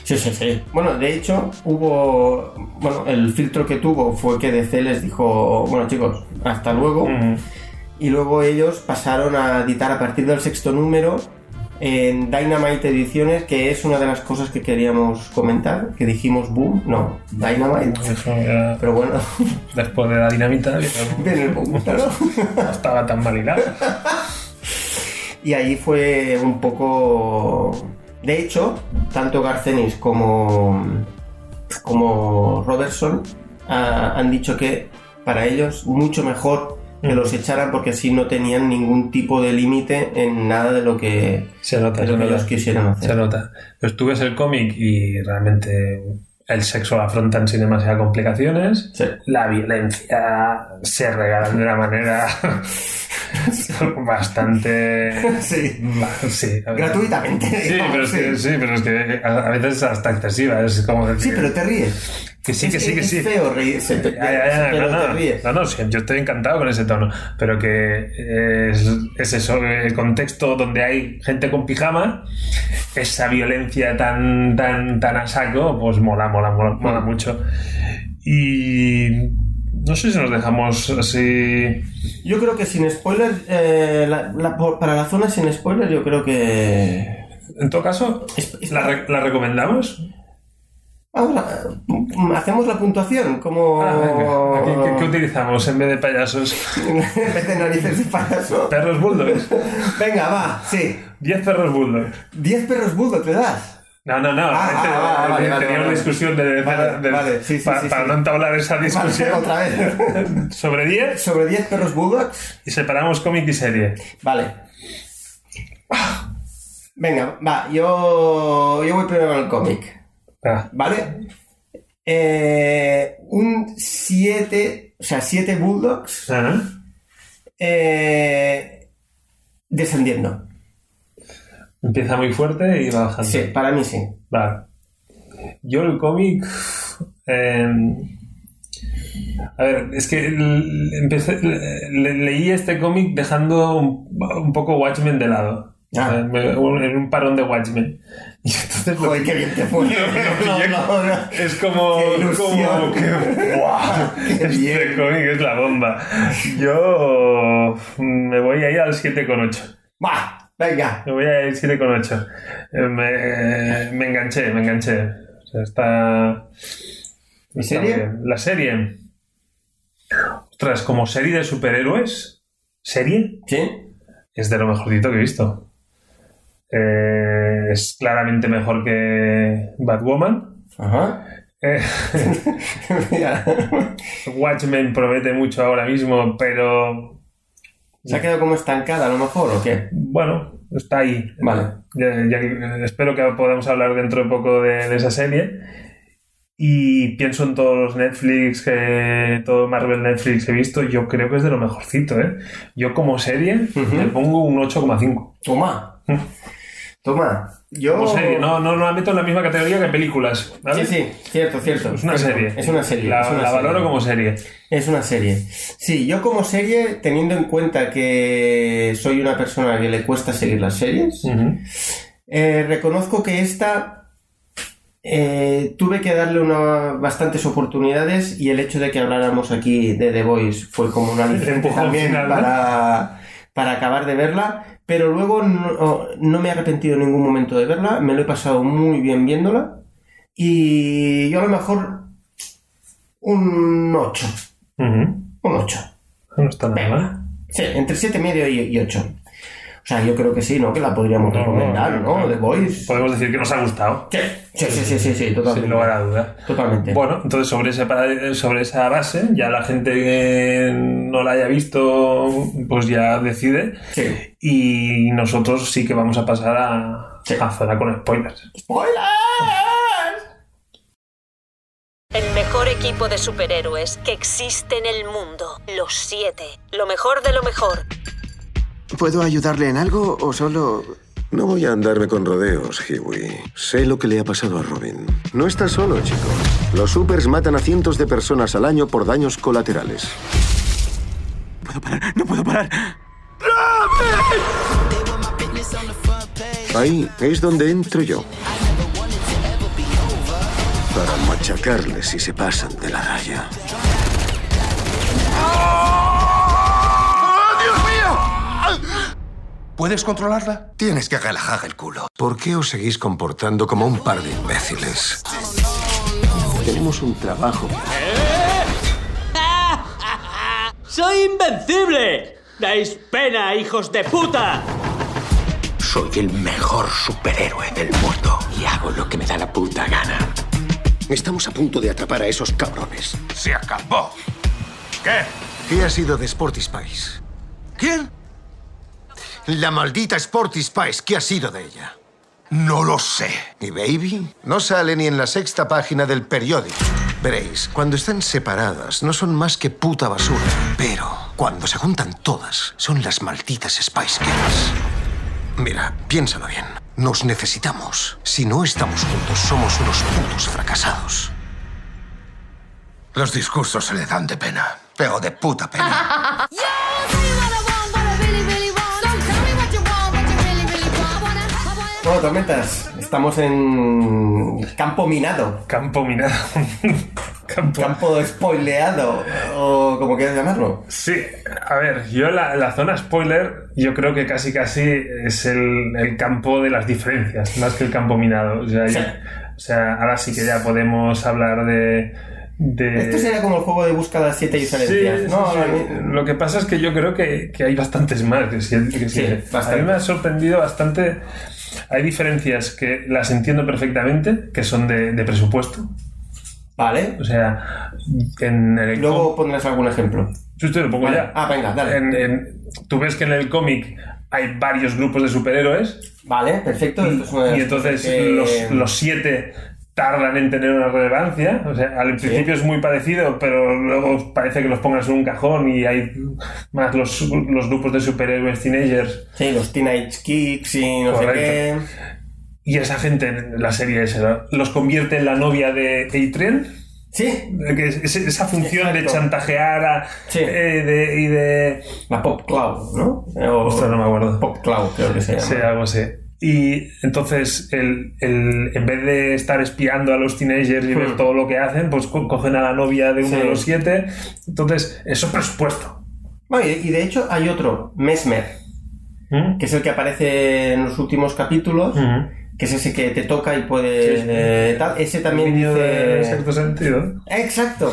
S3: Sí, sí, sí. Bueno, de hecho, hubo. Bueno, el filtro que tuvo fue que DC les dijo, bueno, chicos, hasta luego.
S2: Mm.
S3: Y luego ellos pasaron a editar a partir del sexto número en Dynamite Ediciones, que es una de las cosas que queríamos comentar, que dijimos boom, no, Dynamite.
S2: Eso ya-
S3: Pero bueno, [LAUGHS]
S2: Después de la dinamita, que
S3: viene el boom, claro.
S2: no no estaba tan mal hilada.
S3: Y ahí fue un poco. De hecho, tanto Garcenis como, como Robertson ah, han dicho que para ellos mucho mejor que
S2: Mm.
S3: los echaran porque así no tenían ningún tipo de límite en nada de lo que,
S2: Se nota,
S3: de
S2: se
S3: lo que ellos
S2: nota.
S3: quisieran hacer.
S2: Se nota. Pues tú ves el cómic y realmente el sexo lo afrontan sin demasiadas complicaciones.
S3: Sí. [LAUGHS]
S2: La violencia se regalan de una manera [LAUGHS]
S3: [LAUGHS]
S2: bastante.
S3: Sí,
S2: Sí, a ver.
S3: gratuitamente.
S2: Sí,
S3: digamos,
S2: pero es que,
S3: sí.
S2: sí, pero es que a a veces es hasta excesiva. Es como decir,
S3: Sí, pero te ríes.
S2: que sí,
S3: Es-
S2: que sí, que
S3: es-
S2: sí.
S3: Es feo reírse, pe-
S2: Ya, ya, ya,
S3: pero
S2: no,
S3: te
S2: no,
S3: ríes.
S2: no, no, sí, yo estoy encantado con ese tono, pero que eh, es, es eso, el contexto donde hay gente con pijama, esa violencia tan, tan, tan a saco, pues mola, mola, mola, mola
S3: Mm.
S2: mucho. Y no sé si nos dejamos así...
S3: Yo creo que sin spoiler, eh, la- la- por- para la zona sin spoiler, yo creo que.
S2: En todo caso,
S3: Es- es-
S2: ¿la, re- la recomendamos?
S3: Vamos a- mm, hacemos la puntuación, como.
S2: Ah, venga. Aquí, ¿qué, qué utilizamos en vez de payasos?
S3: [LAUGHS] En vez de narices de payaso.
S2: Perros
S3: [LAUGHS]
S2: bulldogs.
S3: Venga, va, sí.
S2: 10 perros bulldogs.
S3: 10 perros bulldog te das.
S2: No, no, no.
S3: Ah,
S2: este-
S3: ah, ah, vale, vale,
S2: tenía una
S3: vale.
S2: discusión de, de-
S3: Vale,
S2: de-
S3: vale, sí, sí,
S2: pa-
S3: sí,
S2: para
S3: sí.
S2: no entablar esa discusión.
S3: Vale, [LAUGHS] otra
S2: [LAUGHS]
S3: vez.
S2: Sobre 10
S3: Sobre 10 perros bulldogs.
S2: y separamos cómic y serie.
S3: Vale. Venga, va, yo, yo voy primero al cómic.
S2: Ah,
S3: ¿Vale? Eh, un 7, o sea, 7 Bulldogs
S2: ah,
S3: eh, descendiendo.
S2: Empieza muy fuerte y va bajando.
S3: Sí, para mí sí.
S2: Vale. Yo el cómic. eh, a ver, es que l- empecé- le- le- leí este cómic dejando un, un poco Watchmen de lado.
S3: Ah.
S2: O sea, me- en un parón de Watchmen. Y entonces lo
S3: Joder, qué bien te
S2: [LAUGHS]
S3: fue.
S2: No,
S3: No, no, no.
S2: Es como.
S3: Qué ilusión.
S2: como que,
S3: [LAUGHS]
S2: ¡guau!
S3: Qué
S2: Oh, Este
S3: bien.
S2: cómic es la bomba. Yo mm, me voy ahí al 7,8.
S3: Va, venga.
S2: Me voy al 7,8. Eh, Me, me enganché, me enganché. O sea, está.
S3: ¿Mi
S2: está
S3: serie?
S2: muy bien. La serie. Ostras, como serie de superhéroes. ¿Serie?
S3: ¿Sí?
S2: Es de lo mejorcito que he visto. Eh, es claramente mejor que Batwoman.
S3: Ajá.
S2: Eh,
S3: [LAUGHS] Mira,
S2: Watchmen promete mucho ahora mismo, pero
S3: ¿Se ha quedado como estancada a lo mejor o qué?
S2: bueno, está ahí.
S3: Vale.
S2: Ya- ya- eh, espero que podamos hablar dentro de poco de, de esa serie. Y pienso en todos los Netflix, que todo Marvel Netflix he visto, yo creo que es de lo mejorcito, ¿eh? Yo como serie
S3: Ujú.
S2: le pongo un 8,5.
S3: Toma. Toma. Yo.
S2: ¿Eh? Como serie, no, no, no la meto en la misma categoría que películas, ¿vale?
S3: Oh. Sí, sí, cierto, cierto.
S2: Es una
S3: Cierto.
S2: serie.
S3: Es una serie.
S2: La,
S3: es una
S2: la
S3: serie.
S2: valoro como serie.
S3: Es una serie. Sí, yo como serie, teniendo en cuenta que soy una persona que le cuesta seguir las series,
S2: Ujú.
S3: eh, reconozco que esta eh, tuve que darle una, bastantes oportunidades y el hecho de que habláramos aquí de The Voice fue como una licencia
S2: empujón
S3: también
S2: final, ¿no?
S3: para, para acabar de verla, pero luego no, no me he arrepentido en ningún momento de verla, me lo he pasado muy bien viéndola y yo a lo mejor un 8,
S2: Ujú.
S3: un 8.
S2: No está nada mal.
S3: Sí, entre 7,5 y, y 8. O sea, yo creo que sí, ¿no? Que la podríamos
S2: No,
S3: recomendar,
S2: no,
S3: ¿no?
S2: no.
S3: The Voice.
S2: Podemos decir que nos ha gustado.
S3: Sí, sí, sí, sí, sí, sí,
S2: Sin
S3: totalmente.
S2: lugar a duda.
S3: Totalmente.
S2: Bueno, entonces sobre, ese para- sobre esa base, ya la gente que no la haya visto, pues ya decide.
S3: Sí.
S2: Y nosotros sí que vamos a pasar a,
S3: Sí.
S2: a zona con spoilers.
S3: ¡Spoilers!
S4: El mejor equipo de superhéroes que existe en el mundo. Los siete. Lo mejor de lo mejor.
S5: ¿Puedo ayudarle en algo o solo...
S6: No voy a andarme con rodeos, Hiwi. Sé lo que le ha pasado a Robin. No está solo, chico. Los supers matan a cientos de personas al año por daños colaterales.
S5: Puedo parar, no puedo parar.
S6: Ahí es donde entro yo. Para machacarles si se pasan de la raya.
S7: ¿Puedes controlarla?
S6: Tienes que relajar el culo. ¿Por qué os seguís comportando como un par de imbéciles? Tenemos un trabajo.
S8: ¡Soy invencible! ¡Dais pena, hijos de puta!
S7: Soy el mejor superhéroe del mundo y hago lo que me da la puta gana.
S6: Estamos a punto de atrapar a esos cabrones.
S7: Se acabó. ¿Qué?
S6: ¿Qué ha sido de Sporty Spice?
S7: ¿Quién?
S6: La maldita Sporty Spice, ¿qué ha sido de ella?
S7: No lo sé.
S6: ¿Y Baby? No sale ni en la sexta página del periódico. Veréis, cuando están separadas no son más que puta basura. Pero cuando se juntan todas, son las malditas Spice Girls. Mira, piénsalo bien. Nos necesitamos. Si no estamos juntos, somos unos putos fracasados.
S7: Los discursos se le dan de pena. Pero de puta pena.
S3: Bueno, tormentas, estamos en campo minado,
S2: Campo
S3: [LAUGHS]
S2: minado. Campo.
S3: campo spoileado, o como quieras llamarlo.
S2: Sí, a ver, yo la, la zona spoiler, yo creo que casi casi es el, el campo de las diferencias, más que el campo minado. O sea, ya- o sea, ahora sí que ya podemos hablar de. de-
S3: Esto sería como Este el juego de búsqueda de siete diferencias,
S2: Sí,
S3: ¿no?
S2: sí,
S3: Ahora
S2: sí.
S3: mismo.
S2: Lo que pasa es que yo creo que, que hay bastantes más. Que sí- que sí. A mí
S3: bastante.
S2: me ha sorprendido bastante. Hay diferencias que las entiendo perfectamente, que son de, de presupuesto.
S3: Vale.
S2: O sea, en el
S3: Luego pondrás algún ejemplo.
S2: Yo te lo pongo
S3: Vale.
S2: ya.
S3: Ah, venga, dale.
S2: En- en- tú ves que en el cómic hay varios grupos de superhéroes
S3: Vale, perfecto. esto es una de las
S2: y entonces
S3: cosas que-
S2: los, los siete tardan en tener una relevancia. O sea, al principio es muy parecido, pero luego parece que los pongas en un cajón y hay más los, los grupos de superhéroes teenagers.
S3: Sí, los Teenage Kicks y no
S2: Correcto.
S3: sé
S2: Y esa gente en la serie esa, ¿no? los convierte en la novia de A-Train.
S3: qué. Sí,
S2: que es- es- esa función de
S3: Exacto.
S2: chantajear a,
S3: Sí.
S2: eh, de- y de...
S3: la Pop Cloud, ¿no? O-
S2: Ostras, no me acuerdo.
S3: Pop Cloud, creo que se llama.
S2: Sí, algo así. Y entonces, el, el- en vez de estar espiando a los teenagers y ver
S3: Hmm.
S2: todo lo que hacen, pues co- cogen a la novia de uno
S3: Sí.
S2: de los siete. Entonces, eso es presupuesto.
S3: Bueno, y, y de hecho hay otro, Mesmer,
S2: ¿Mm?
S3: que es el que aparece en los últimos capítulos,
S2: Ujú.
S3: que es ese que te toca y puede...
S2: Mm. Sí, sí.
S3: eh, tal. Ese también
S2: Niño de
S3: dice...
S2: cierto [LAUGHS] sentido.
S3: Exacto,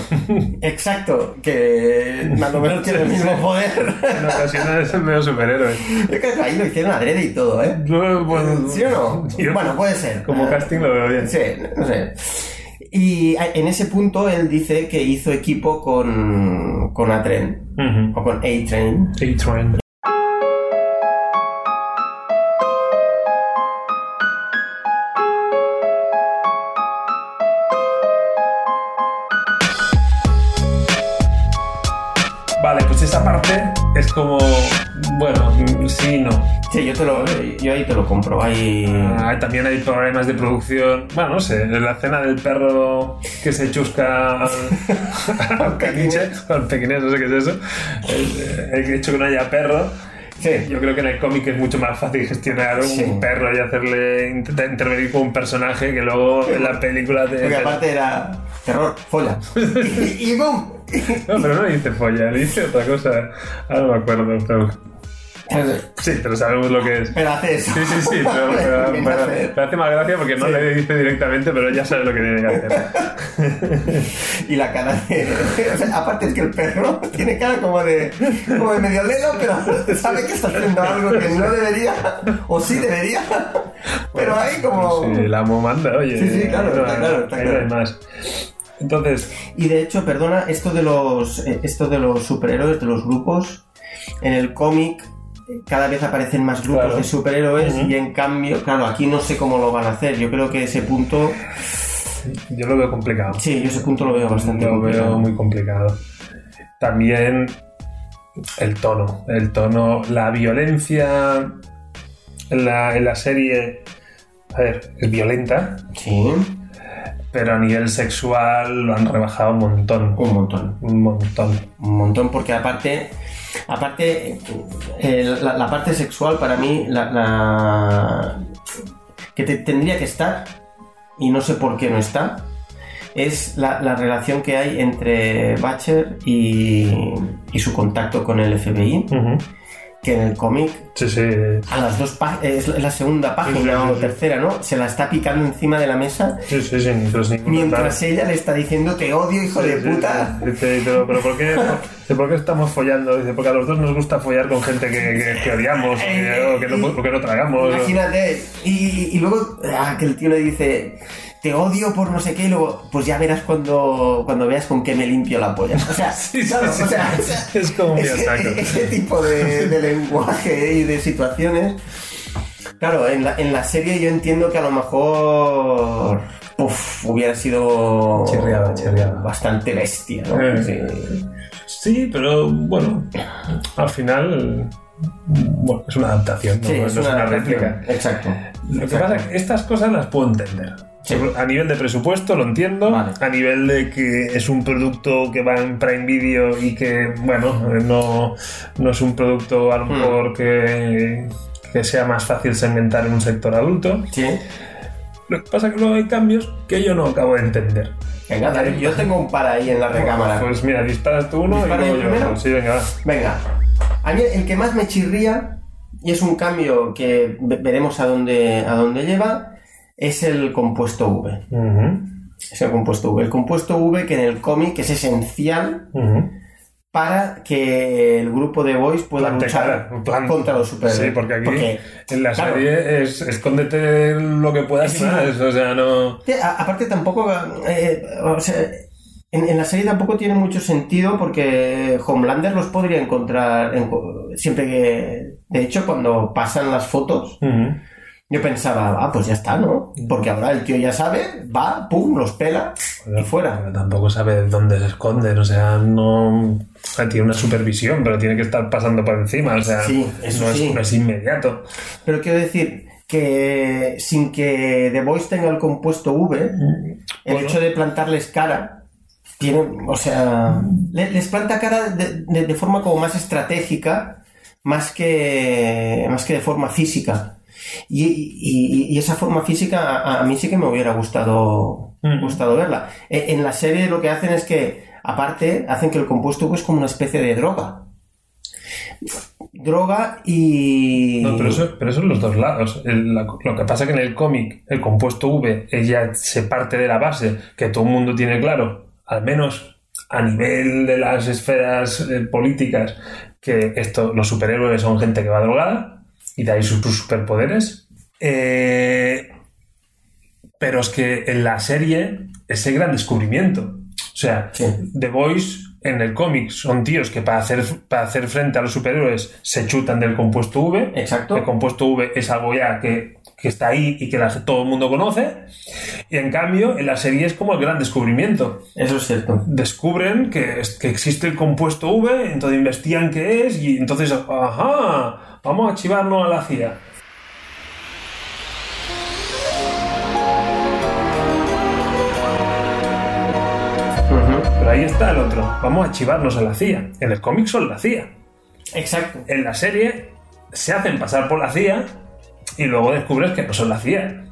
S3: exacto, que más o menos tiene el mismo
S2: [LAUGHS]
S3: poder.
S2: En ocasiones es el medio superhéroe.
S3: Yo creo que ahí lo hicieron adrede y todo, ¿eh?
S2: Yo, bueno,
S3: ¿Sí o
S2: [LAUGHS]
S3: no?
S2: yo
S3: Bueno, puede ser. Ah,
S2: Como casting lo veo bien.
S3: Sí, no sé. Y a- en ese punto él dice que hizo equipo con, con A-Train,
S2: Ujú.
S3: o con A-Train.
S2: A-Train. Vale, pues esa parte es como, bueno, mm, sí, no.
S3: Sí, yo, te lo, yo ahí te lo compro. Ahí...
S2: Ah, también hay problemas de producción. Bueno, no sé, la escena del perro que se chusca al, al caniche, al pequinés, no sé qué es eso. El, el hecho que no haya perro.
S3: Sí,
S2: Yo creo que en el cómic es mucho más fácil gestionar un
S3: Sí.
S2: perro y hacerle intentar intervenir con un personaje que luego en la película te.
S3: porque aparte era terror,
S2: [LAUGHS]
S3: folla. y, y boom.
S2: Ah, No, pero no le dice folla, le dice otra cosa. Ahora no me acuerdo. pero- Sí, pero sabemos lo que es.
S3: Pero hace eso.
S2: Sí, sí, sí, pero,
S3: [LAUGHS]
S2: pero-
S3: Viene a
S2: pero-
S3: hacer.
S2: pero hace más gracia porque no le dice directamente, pero ya sabe lo que tiene que hacer.
S3: Y la cara de. [LAUGHS] o sea, aparte es que el perro tiene cara como de. como de medio lelo,
S2: [LAUGHS]
S3: pero sabe que está haciendo algo que no debería. O sí debería. Pero ahí como.
S2: Sí, el amo manda, oye.
S3: Sí, sí, claro, está claro, está
S2: ahí no
S3: claro.
S2: hay más. Entonces,
S3: Y de hecho, perdona, esto de los eh, esto de los superhéroes, de los grupos, en el cómic eh, cada vez aparecen más grupos
S2: Claro.
S3: de superhéroes
S2: Ujú.
S3: y en cambio, claro, aquí no sé cómo lo van a hacer. Yo creo que ese punto,
S2: yo lo veo complicado.
S3: sí, yo ese punto lo veo bastante
S2: Lo
S3: complicado.
S2: veo muy complicado. También el tono, el tono, la violencia en la, en la serie, a ver, es violenta,
S3: Sí,
S2: pero a nivel sexual lo han rebajado un montón,
S3: un montón.
S2: un montón.
S3: Un montón, porque aparte, aparte eh, la, la parte sexual para mí, la, la- que te- tendría que estar, y no sé por qué no está, es la, la relación que hay entre Butcher y, y su contacto con el FBI,
S2: Ujú.
S3: que en el cómic,
S2: Sí, sí.
S3: a las dos pá- es la- la segunda
S2: Sí, sí,
S3: página
S2: sí,
S3: o
S2: sí.
S3: tercera, ¿no? Se la está picando encima de la mesa
S2: Sí, sí, sí, mientras ningún
S3: mientras
S2: tal.
S3: ella le está diciendo te odio, hijo de
S2: Sí, sí,
S3: puta.
S2: sí. Dice, pero, pero ¿por, qué, dice, ¿por qué estamos follando? Dice, porque a los dos nos gusta follar con gente que, que- que
S3: [LAUGHS]
S2: odiamos o que, o que no, o que no tragamos. o-
S3: Eh, Imagínate. Y, y luego ah, que el tío le dice, te odio por no sé qué, y luego, pues ya verás cuando, cuando veas con qué me limpio la polla. O
S2: [LAUGHS]
S3: sea,
S2: Sí, sí,
S3: ¿sabes?
S2: sí.
S3: O sea, o sea,
S2: [LAUGHS] Es como muy
S3: ese,
S2: ataco.
S3: [LAUGHS] ese tipo de, de lenguaje y de situaciones. Claro, en la, en la serie yo entiendo que a lo mejor uf, hubiera sido
S2: Chirriaba, chirriaba.
S3: bastante bestia, ¿no?
S2: Eh.
S3: Sí.
S2: Sí, pero bueno, al final bueno, es una adaptación, no,
S3: Sí,
S2: No es una
S3: adaptación.
S2: réplica.
S3: Exacto.
S2: Lo que
S3: exacto.
S2: pasa es que estas cosas las puedo entender.
S3: Sí.
S2: A nivel de presupuesto lo entiendo,
S3: Vale.
S2: a nivel de que es un producto que va en Prime Video y que, bueno, eh, no, no es un producto a lo
S3: Hmm.
S2: mejor que, que sea más fácil segmentar en un sector adulto.
S3: Sí.
S2: Lo que pasa es que luego hay cambios que yo no acabo de entender.
S3: Venga, dale, yo tengo un par ahí en la recámara.
S2: Pues mira, disparas tú uno
S3: ¿Disparo
S2: y luego
S3: yo
S2: yo
S3: primero?
S2: otro. Sí, venga, va.
S3: Venga, a mí el que más me chirría, y es un cambio que ve- veremos a dónde, a dónde lleva, es el compuesto V.
S2: Ujú,
S3: Es el compuesto V. El compuesto V que en el cómic es esencial
S2: ujú.
S3: para que el grupo de boys pueda
S2: Plante
S3: luchar
S2: cara, plan-
S3: contra los superhéroes.
S2: Sí, porque aquí en la
S3: claro.
S2: serie es escóndete lo que puedas y
S3: Sí.
S2: más. O sea, no.
S3: Te- a- Aparte tampoco... eh, o sea, en, en la serie tampoco tiene mucho sentido porque Homelander los podría encontrar en- siempre que... De hecho, cuando pasan las fotos,
S2: Ujú.
S3: Yo pensaba, ah, pues ya está, ¿no? Porque ahora el tío ya sabe, va, pum, los pela y fuera.
S2: Pero tampoco sabe dónde se esconden. O sea, no. ah, Tiene una supervisión, pero tiene que estar pasando por encima. O sea,
S3: Sí, eso
S2: no, es,
S3: sí.
S2: no es inmediato.
S3: Pero quiero decir que sin que The Voice tenga el compuesto V, el
S2: Bueno.
S3: hecho de plantarles cara, tiene, o sea,
S2: Mm.
S3: le- les planta cara de, de- de forma como más estratégica, más que, más que de forma física. Y, y- y- y esa forma física a, a mí sí que me hubiera gustado,
S2: Mm.
S3: gustado verla. E- En la serie lo que hacen es que, aparte, hacen que el compuesto V es como una especie de droga. Droga y...
S2: No, pero, eso, pero eso en los dos lados. El- la- lo que pasa es que en el cómic, el compuesto V, ella se parte de la base que todo el mundo tiene claro, al menos a nivel de las esferas eh, políticas, que esto, los superhéroes son gente que va drogada y de ahí sus, sus superpoderes. Eh, pero es que en la serie es el gran descubrimiento. O sea,
S3: Sí.
S2: The Boys en el cómic son tíos que para hacer, para hacer frente a los superhéroes se chutan del compuesto V.
S3: Exacto.
S2: El compuesto V es algo ya que, que está ahí y que la- todo el mundo conoce. Y en cambio, en la serie es como el gran descubrimiento.
S3: Eso es cierto.
S2: Descubren que, es- que existe el compuesto V, entonces investigan qué es y entonces, ajá, vamos a chivarnos a la CIA. Pero ahí está el otro, vamos a chivarnos a la CIA. En el cómic son la CIA.
S3: Exacto.
S2: en la serie se hacen pasar por la CIA y luego descubres que no son la CIA.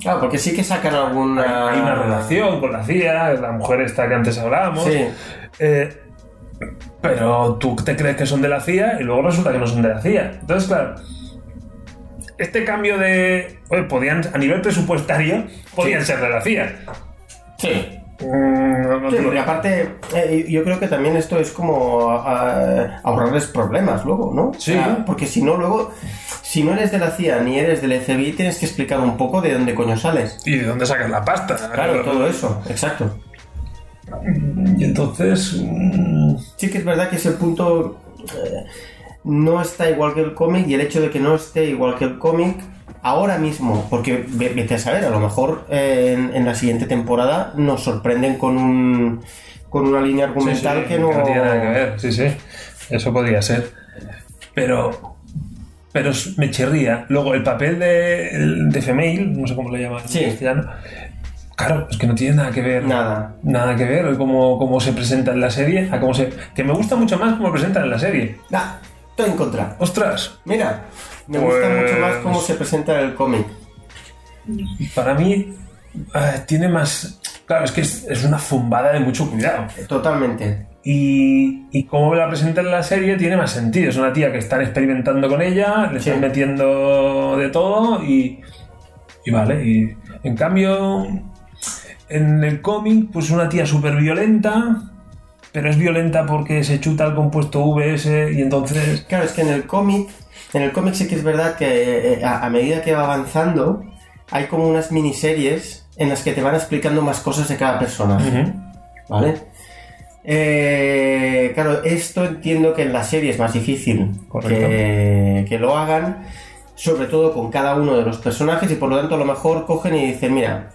S3: Claro, porque sí que sacan alguna...
S2: Hay una relación con la CIA, la mujer esta que antes hablábamos.
S3: Sí.
S2: Eh, pero tú te crees que son de la CIA y luego resulta que no son de la CIA. Entonces, claro, este cambio de. Oye, podían, a nivel presupuestario, podían ser de la CIA.
S3: Sí.
S2: Mm, no- no
S3: Sí,
S2: te lo
S3: porque
S2: digo.
S3: aparte, eh, yo creo que también esto es como ah, ahorrarles problemas luego, ¿no?
S2: Sí.
S3: porque si no, luego, si no eres de la CIA ni eres del FBI, tienes que explicar un poco de dónde coño sales.
S2: ¿Y de dónde sacas la pasta?
S3: Claro, todo eso, exacto.
S2: Y entonces. mm,
S3: Sí que es verdad que ese punto eh, no está igual que el cómic y el hecho de que no esté igual que el cómic ahora mismo, porque ve- vete a saber, a lo mejor eh, en, en la siguiente temporada nos sorprenden con un con una línea argumental
S2: sí, sí,
S3: que no...
S2: tiene nada que ver, sí, sí. Eso podría ser. Pero. Pero me chirría. Luego, el papel de, de female, no sé cómo lo llaman
S3: Sí.
S2: en castellano. Claro, es que no tiene nada que ver.
S3: Nada.
S2: Nada que ver cómo, cómo se presenta en la serie a cómo se. Que me gusta mucho más cómo lo presentan en la serie.
S3: Ah, todo en contra.
S2: ¡Ostras!
S3: Mira, me gusta
S2: Pues-
S3: mucho más cómo se presenta el cómic.
S2: Para mí ah, tiene más. Claro, es que es, es una zumbada de mucho cuidado.
S3: Totalmente.
S2: Y, y cómo la presentan en la serie tiene más sentido. Es una tía que están experimentando con ella, le
S3: Sí.
S2: están metiendo de todo y. Y vale. Y en cambio, en el cómic, pues una tía súper violenta. Pero es violenta porque se chuta el compuesto VS y entonces.
S3: Claro, es que en el cómic, en el cómic sí que es verdad que eh, a, a medida que va avanzando, hay como unas miniseries en las que te van explicando más cosas de cada personaje, ¿vale? Eh, claro, esto entiendo que en la serie es más difícil
S2: Correcto.
S3: que, que lo hagan, sobre todo con cada uno de los personajes, y por lo tanto a lo mejor cogen y dicen, mira,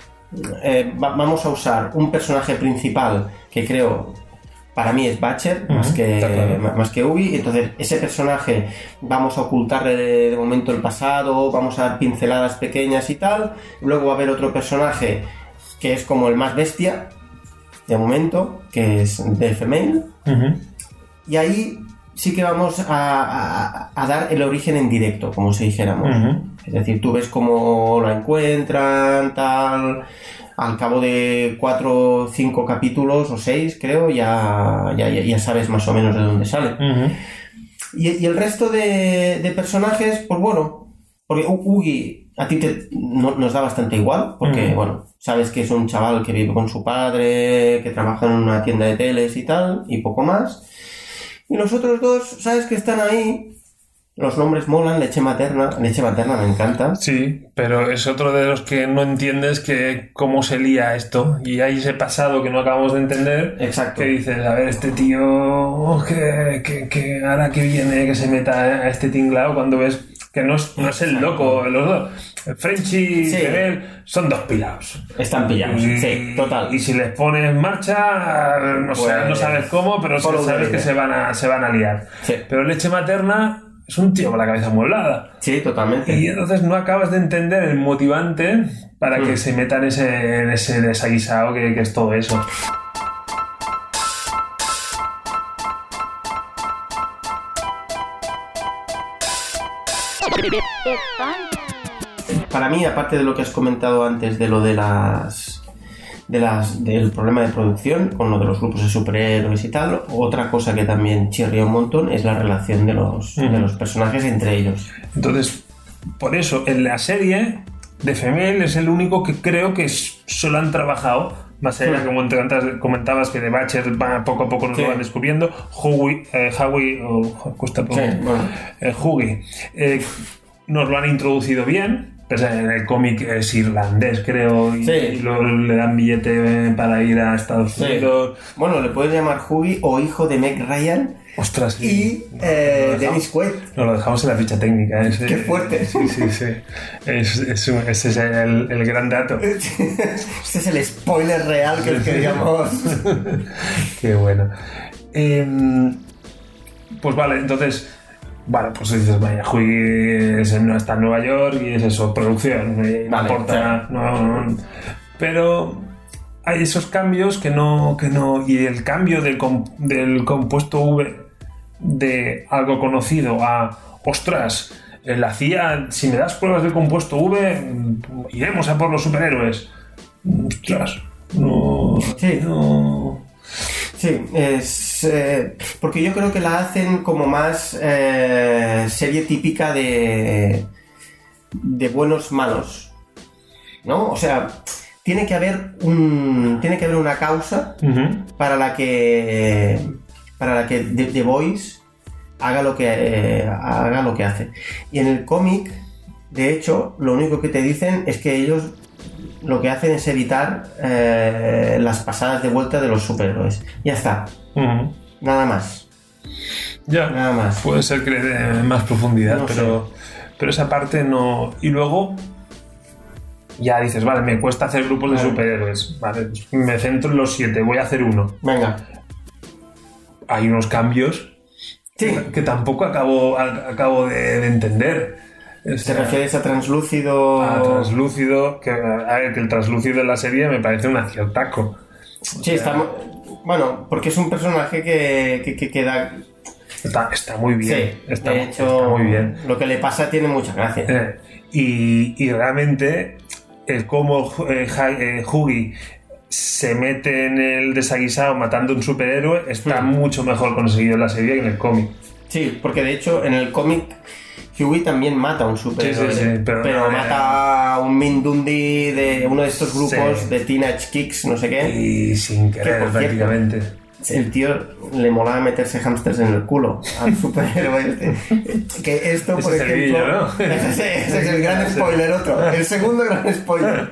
S3: eh, va- vamos a usar un personaje principal que creo para mí es Batcher más,
S2: Ujú,
S3: que,
S2: está claro.
S3: ma- más que Ubi. Entonces, ese personaje vamos a ocultarle de, de momento el pasado, vamos a dar pinceladas pequeñas y tal. Luego va a haber otro personaje que es como el más bestia, de momento, que es de Female.
S2: Ujú.
S3: Y ahí sí que vamos a, a- a dar el origen en directo, como si dijéramos.
S2: Ujú.
S3: Es decir, tú ves cómo la encuentran, tal. Al cabo de cuatro o cinco capítulos o seis, creo, ya, ya, ya- ya sabes más o menos de dónde sale.
S2: Ujú.
S3: Y, y el resto de, de personajes, pues bueno, porque U- Ugi a ti te, no- nos da bastante igual, porque
S2: Ujú.
S3: bueno, sabes que es un chaval que vive con su padre, que trabaja en una tienda de teles y tal, y poco más. Y los otros dos, sabes que están ahí, los nombres molan, leche materna, leche materna me encanta.
S2: Sí, pero es otro de los que no entiendes que cómo se lía esto. Y hay ese pasado que no acabamos de entender.
S3: Exacto.
S2: Que dices, a ver, este tío, que, que, que ahora que viene, que se meta a este tinglado cuando ves que no es, no es el loco, los dos. Frenchy y
S3: Sí.
S2: Fidel son dos pilados.
S3: Están pillados,
S2: Y-
S3: sí, total.
S2: Mm. Y si les pones en marcha, no,
S3: Pues,
S2: sabes, no sabes cómo, pero
S3: follow the
S2: sabes que
S3: leader.
S2: se van, a, se van a liar.
S3: Sí.
S2: Pero leche materna es un tío con la cabeza amueblada.
S3: Sí, totalmente.
S2: Y entonces no acabas de entender el motivante para
S3: Mm.
S2: que se metan ese, en ese desaguisado que, que es todo eso.
S3: Para mí, aparte de lo que has comentado antes de lo de las de las del problema de producción con lo de los grupos de superhéroes y tal, otra cosa que también chirría un montón es la relación de los de los personajes entre ellos.
S2: Entonces, por eso, en la serie de Femel es el único que creo que s- solo han trabajado. Más allá,
S3: Sí.
S2: como te antes comentabas, que de Batcher va- poco a poco nos
S3: Mm. Sí.
S2: lo van descubriendo. Howie, eh, Howie, o cuesta
S3: Sí, bueno.
S2: eh, Huggy, eh, nos lo han introducido bien. Pues en el cómic es irlandés, creo, y,
S3: Sí.
S2: y luego le dan billete para ir a Estados Unidos.
S3: Bueno, le puedes llamar Huggy o hijo de Meg Ryan
S2: Ostras,
S3: y
S2: sí.
S3: eh, Dennis Quaid.
S2: Nos lo dejamos en la ficha técnica. Es,
S3: Qué fuerte.
S2: Sí, sí, sí. Es, es un- ese es el, el gran dato.
S3: Este es el spoiler real que
S2: [LAUGHS]
S3: queríamos.
S2: Qué bueno. Em, pues vale, entonces. Bueno, pues dices, vaya, Jui es- no está en Nueva York y es eso, producción, eh, no
S3: Vale,
S2: aporta,
S3: claro.
S2: no- no- no. Pero hay esos cambios que no. Que no y el cambio del, com- del compuesto V de algo conocido a. Ostras, eh, la CIA, si me das pruebas del compuesto V, mm, iremos a por los superhéroes. Ostras, no.
S3: Sí.
S2: No.
S3: Sí, es es. eh, porque yo creo que la hacen como más eh, serie típica de. de buenos malos. ¿No? O sea, tiene que haber un. Tiene que haber una causa
S2: Ujú.
S3: para la que para la que The, The Voice haga lo que eh, haga lo que hace y en el cómic de hecho lo único que te dicen es que ellos lo que hacen es evitar eh, las pasadas de vuelta de los superhéroes ya está
S2: Ujú.
S3: nada más
S2: Ya.
S3: nada más
S2: Puede ser que le dé más profundidad,
S3: No
S2: pero, pero esa parte no. Y luego ya dices, vale, me cuesta hacer grupos de
S3: Vale.
S2: superhéroes. Vale, pues me centro en los siete, voy a hacer uno.
S3: venga
S2: Hay unos cambios
S3: sí
S2: que tampoco acabo, a- acabo de, de entender. O
S3: te
S2: sea,
S3: refieres a translúcido
S2: a translúcido, que a ver, que el translúcido de la serie me parece un aciertaco.
S3: sí está mu- bueno porque es un personaje que, que, que- que da
S2: Está, está muy bien.
S3: sí
S2: está,
S3: de
S2: está
S3: hecho
S2: muy bien.
S3: lo que le pasa tiene mucha gracia
S2: Eh, y, y realmente el cómo eh, Ja- eh, Hugi se mete en el desaguisado matando a un superhéroe está
S3: Mm.
S2: mucho mejor conseguido en la serie que en el cómic.
S3: Sí, porque de hecho en el cómic Huey también mata a un superhéroe,
S2: Sí, sí, sí, pero- eh,
S3: mata a un Mindundi de uno de estos grupos
S2: Sí.
S3: de Teenage Kicks, no sé qué.
S2: Y sin
S3: Que,
S2: querer
S3: por cierto,
S2: prácticamente.
S3: El tío le molaba meterse hamsters en el culo
S2: [LAUGHS]
S3: al superhéroe este. Que esto,
S2: Ese
S3: por
S2: es el
S3: ejemplo,
S2: vídeo, ¿no?
S3: [LAUGHS] ese, ese es el
S2: [LAUGHS]
S3: gran spoiler otro, el segundo gran spoiler.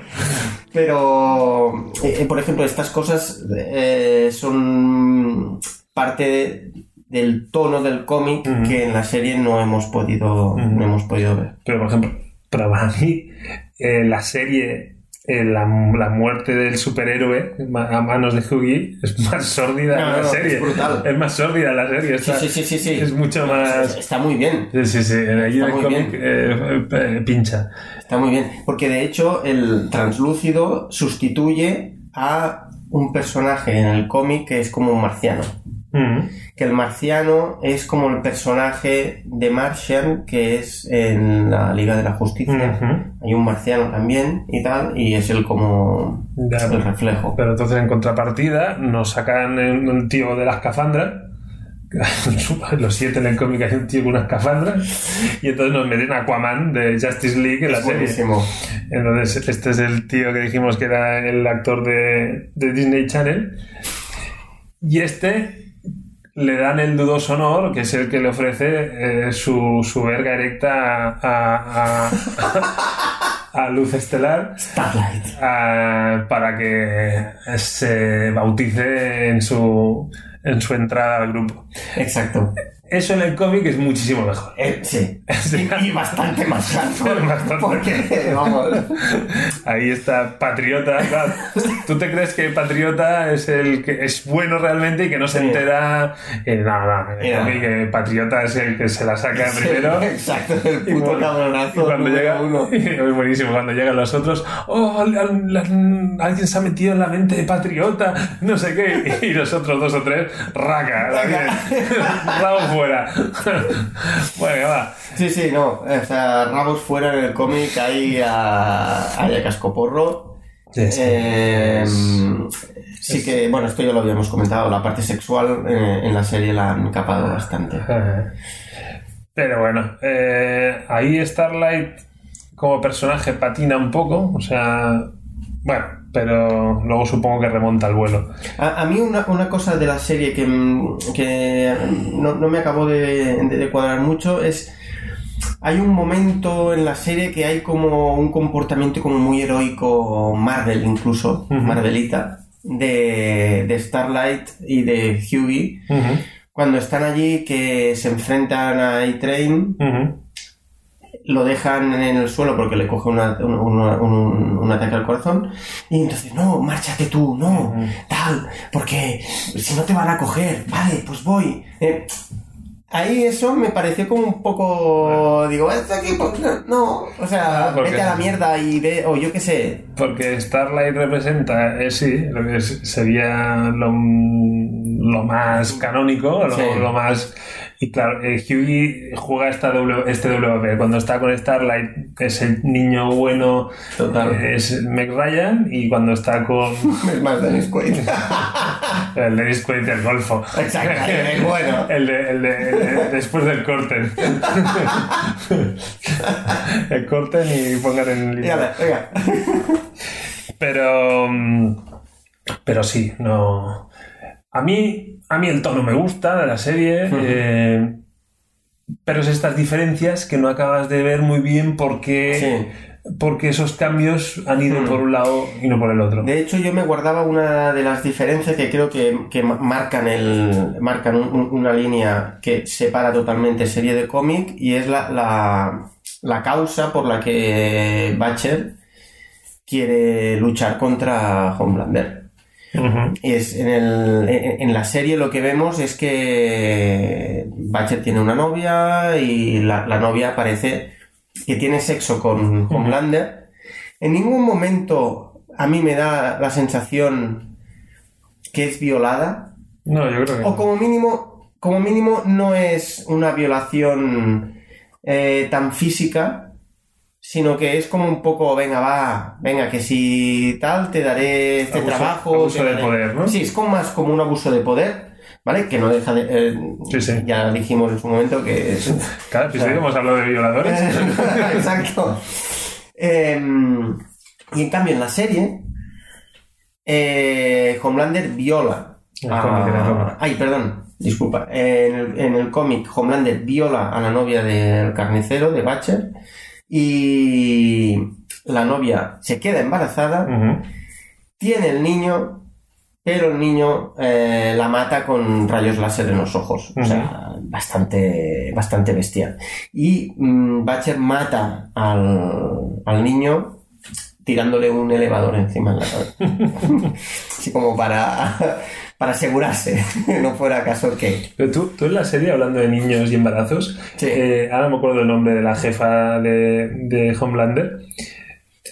S3: Pero, eh, eh, por ejemplo, estas cosas eh, son parte de- del tono del cómic
S2: Ujú.
S3: que en la serie no hemos podido,
S2: Ujú.
S3: no hemos podido ver.
S2: Pero por ejemplo, para [LAUGHS] mí eh, la serie, eh, la, la muerte del superhéroe ma- a manos de Hugi es [LAUGHS] más sórdida
S3: No,
S2: en la
S3: no, no,
S2: serie.
S3: es brutal.
S2: más sórdida la serie.
S3: Sí,
S2: está-
S3: sí, sí, sí, sí.
S2: Es mucho más...
S3: Está muy bien.
S2: Sí, sí, sí. Ahí
S3: Está
S2: el
S3: muy
S2: cómic
S3: bien.
S2: eh, eh, pincha.
S3: Está muy bien, porque de hecho el translúcido sustituye a un personaje en el cómic que es como un marciano.
S2: Mm.
S3: Que el marciano es como el personaje de Martian que es en la Liga de la Justicia.
S2: Ujú.
S3: Hay un marciano también y tal, y es el como
S2: Ya.
S3: el reflejo.
S2: Pero entonces en contrapartida nos sacan en- un tío de la escafandra. [LAUGHS] Los siete en el cómic hay un tío con una escafandra. Y entonces nos meten a Aquaman de Justice League en la
S3: Es
S2: serie.
S3: buenísimo.
S2: Entonces, este es el tío que dijimos que era el actor de, de Disney Channel. Y este le dan el dudoso honor, que es el que le ofrece eh, su, su verga erecta a, a, a- [LAUGHS] a Luz Estelar
S3: Starlight.
S2: a- Ah, para que se bautice en su, en su entrada al grupo.
S3: Exacto.
S2: Eso en el cómic es muchísimo mejor. [LAUGHS]
S3: Eh, sí.
S2: Sí.
S3: Y, y bastante más
S2: [LAUGHS]
S3: largo.
S2: Bastante.
S3: Porque, vamos.
S2: Ahí está Patriota. [LAUGHS] claro. ¿Tú te crees que Patriota es el que es bueno realmente y que no se
S3: Sí.
S2: entera? Eh, no, no.
S3: Eh, no.
S2: a mí que Patriota es el que se la saca
S3: Sí,
S2: primero.
S3: [LAUGHS] Exacto, el
S2: Y
S3: puto
S2: bueno,
S3: cabronazo.
S2: y cuando
S3: número
S2: llega
S3: uno.
S2: [LAUGHS] es buenísimo, cuando llegan los otros, oh, al- al- al- alguien se ha metido en la mente de patriota, [LAUGHS] no sé qué, y los otros dos o tres, raca, [LAUGHS] rabo fuera. bueno, va.
S3: Sí, sí, no. O sea, Ramos fuera en el cómic, ahí a, ahí a cascoporro. Eh, sí que, bueno, esto ya lo habíamos comentado, la parte sexual eh, en la serie la han capado bastante.
S2: Pero bueno, eh, ahí Starlight como personaje patina un poco, o sea, bueno, pero luego supongo que remonta al vuelo.
S3: A, a mí una, una cosa de la serie que, mm, que no, no me acabó de, de- de cuadrar mucho es... Hay un momento en la serie que hay como un comportamiento como muy heroico, Marvel incluso,
S2: Ujú.
S3: Marvelita, de, de Starlight y de Hughie, cuando están allí que se enfrentan a A-Train,
S2: Ujú.
S3: lo dejan en el suelo porque le coge una- un, una- un- un ataque al corazón y entonces, no, márchate tú, no,
S2: Ujú.
S3: tal, porque si no te van a coger, vale, pues voy. Eh, ahí eso me pareció como un poco, digo, esto aquí, pues no, no, o sea,
S2: Ah, porque-
S3: vete a la mierda y ve, o yo qué sé,
S2: Porque Starlight representa, eh, sí, lo que es- sería lo, lo más canónico, lo,
S3: Sí.
S2: lo más... Y claro, eh, Hughie juega esta doble- este doble papel. Cuando está con Starlight es el niño bueno,
S3: Total. [LAUGHS]
S2: eh, [LAUGHS] es Meg Ryan, y cuando está con,
S3: es más Dennis Quaid.
S2: El de Disco del Golfo.
S3: Exacto, el bueno.
S2: El de, el de- el de- después del
S3: [LAUGHS]
S2: corten. [LAUGHS] el corten y pongan en el
S3: Dígame, venga.
S2: Pero. mm, Pero sí, no. A mí. A mí el tono me gusta de la serie. eh, pero es estas diferencias que no acabas de ver muy bien porque. Porque esos cambios han ido por un lado y no por el otro.
S3: De hecho, yo me guardaba una de las diferencias que creo que, que ma- marcan, el, marcan un- un- una línea que separa totalmente serie de cómic y es la, la, la causa por la que Batcher quiere luchar contra Homelander.
S2: Ujú.
S3: Es en, el- en- en la serie lo que vemos es que Batcher tiene una novia y la, la novia parece que tiene sexo con Homelander. En ningún momento a mí me da la sensación que es violada.
S2: No, yo creo que.
S3: O
S2: no.
S3: como mínimo, como mínimo no es una violación eh, tan física, sino que es como un poco, venga, va, venga, que si tal, te daré este
S2: Abuso-
S3: trabajo.
S2: abuso
S3: te
S2: de
S3: daré-
S2: poder, ¿no?
S3: Sí, es como más como un abuso de poder, ¿vale? Que no deja de... eh,
S2: Sí, sí.
S3: Ya dijimos en su momento que es...
S2: Cada episodio hemos hablado de
S3: [LAUGHS]
S2: violadores.
S3: Exacto. Eh, y en cambio en la serie, eh, Homelander viola.
S2: El
S3: a-
S2: cómic, en el cómic.
S3: Ay, perdón, disculpa. En el, en el cómic, Homelander viola a la novia del carnicero, de Batcher, y la novia se queda embarazada,
S2: Ujú.
S3: tiene el niño. Pero el niño eh, la mata con rayos láser en los ojos. O sea, bastante, bastante bestial. Y mm, Batcher mata al, al niño tirándole un elevador encima en la cabeza.
S2: [LAUGHS]
S3: Así como para, para asegurarse, [LAUGHS] no fuera caso que...
S2: Pero tú, tú en la serie, hablando de niños y embarazos,
S3: Sí.
S2: eh, ahora me acuerdo el nombre de la jefa de, de Homelander.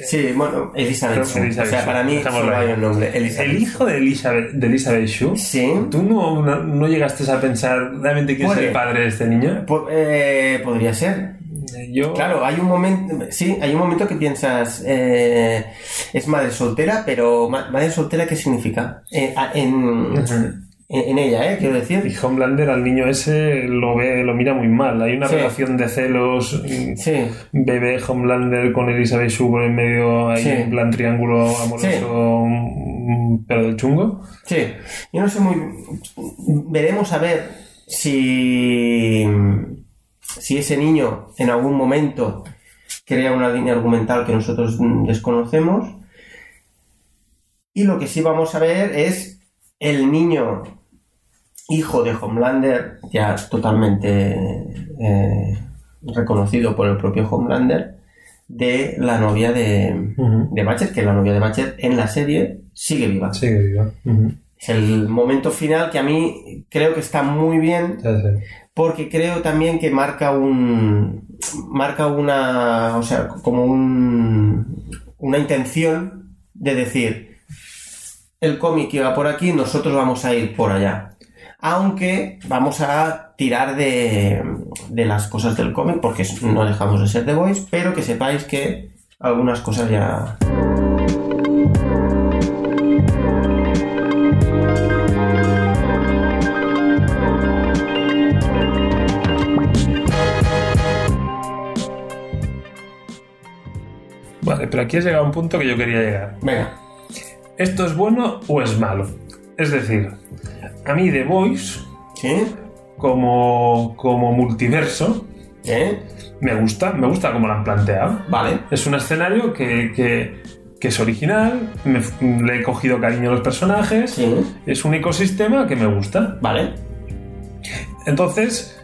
S3: Sí, bueno, Elizabeth. Shue.
S2: Elizabeth
S3: o sea,
S2: Shue,
S3: para mí
S2: dejémoslo
S3: solo
S2: ahí.
S3: hay un nombre. Elizabeth.
S2: El hijo de Elizabeth, de Elizabeth Shue.
S3: Sí.
S2: ¿Tú no, no, no llegaste a pensar realmente quién es
S3: Puede.
S2: el padre de este niño?
S3: Po- eh, podría ser.
S2: Eh, Yo.
S3: Claro, hay un momento, sí, hay un momento que piensas, eh, es madre soltera, pero ma- madre soltera, ¿qué significa? Eh, a- en, en, en ella, ¿eh? Quiero decir.
S2: Y Homelander al niño ese lo ve, lo mira muy mal. Hay una
S3: Sí.
S2: relación de celos. mm,
S3: Sí.
S2: Bebé Homelander con Elizabeth Shue por en medio ahí
S3: Sí.
S2: en plan triángulo amoroso,
S3: Sí.
S2: mm, pero del chungo.
S3: Sí, yo no sé muy. Veremos a ver si. Si ese niño en algún momento crea una línea argumental que nosotros mm, desconocemos. Y lo que sí vamos a ver es el niño hijo de Homelander, ya totalmente eh, reconocido por el propio Homelander, de la novia de,
S2: Ujú.
S3: de Batcher, que la novia de Batcher en la serie sigue viva.
S2: Sí, que viva. Ujú.
S3: Es el momento final que a mí creo que está muy bien
S2: Ya sé.
S3: porque creo también que marca un marca una o sea como un una intención de decir el cómic iba por aquí nosotros vamos a ir por allá aunque vamos a tirar de, de las cosas del cómic porque no dejamos de ser The Voice pero que sepáis que algunas cosas ya
S2: Vale, pero aquí has llegado a un punto que yo quería llegar.
S3: venga
S2: ¿Esto es bueno o es malo? Es decir, a mí The Voice,
S3: sí
S2: como, como multiverso,
S3: ¿Eh?
S2: me gusta, me gusta como lo han planteado.
S3: vale
S2: Es un escenario que, que- que es original, me f- le he cogido cariño a los personajes,
S3: sí
S2: es un ecosistema que me gusta.
S3: vale
S2: Entonces,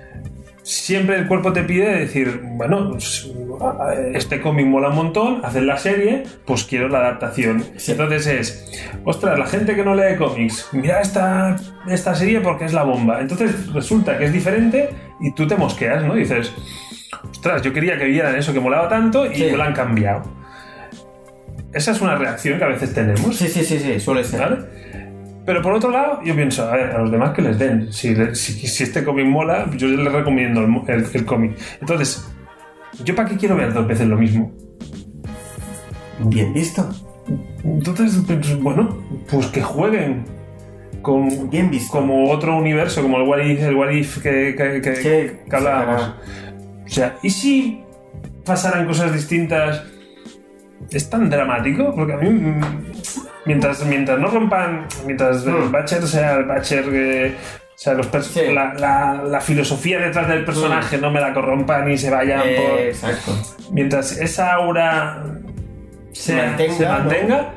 S2: siempre el cuerpo te pide decir, bueno, s- este cómic mola un montón, hacer la serie, pues quiero la adaptación.
S3: Sí.
S2: Entonces es, ostras, la gente que no lee cómics, mira esta, esta serie porque es la bomba. Entonces resulta que es diferente y tú te mosqueas, ¿no? dices, ostras, yo quería que vieran eso que molaba tanto y
S3: Sí.
S2: me lo han cambiado. Esa es una reacción que a veces tenemos.
S3: sí sí sí sí suele ser
S2: ¿Vale? Pero por otro lado, yo pienso, a ver, a los demás que les den. Si, le- si, si este cómic mola, yo les recomiendo el, mo- el- el cómic. Entonces, ¿yo para qué quiero ver dos veces lo mismo?
S3: Bien visto.
S2: Entonces, pues, bueno, pues que jueguen. con-
S3: Bien visto.
S2: como otro universo, como el What If, el what if que, que- que-
S3: Sí,
S2: que
S3: sí,
S2: hablábamos.
S3: claro.
S2: O sea, ¿y si pasaran cosas distintas? ¿Es tan dramático? Porque a mí. mm, Mientras, mientras no rompan. Mientras el
S3: Mm.
S2: Batcher sea el Batcher. que- o sea, los pers-
S3: Sí. Hmm.
S2: la, la- la filosofía detrás del personaje no me la corrompan y se vayan por
S3: Eh, Exacto.
S2: mientras esa aura se,
S3: Se mantenga,
S2: se
S3: ¿no?
S2: mantenga,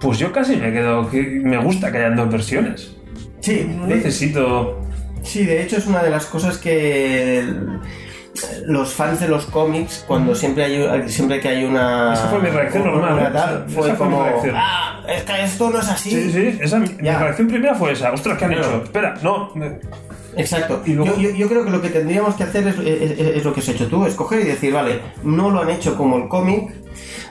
S2: pues yo casi me quedo. que Me gusta que hayan dos versiones.
S3: Sí,
S2: No
S3: de-
S2: necesito.
S3: Sí, de hecho es una de las cosas que el- los fans de los cómics, cuando siempre hay siempre que hay una...
S2: Esa fue mi reacción
S3: una
S2: normal, ¿eh?
S3: tal,
S2: esa-
S3: fue
S2: esa fue mi
S3: como...
S2: reacción.
S3: "Ah, es que esto no es así.
S2: Sí, sí, esa, mi
S3: Ya.
S2: reacción primera fue esa. Ostras, ¿qué han
S3: Claro.
S2: hecho? Espera, no. me-
S3: Exacto.
S2: Y luego-
S3: yo, yo- yo creo que lo que tendríamos que hacer es, es- es- es lo que has hecho tú, escoger y decir, vale, no lo han hecho como el cómic,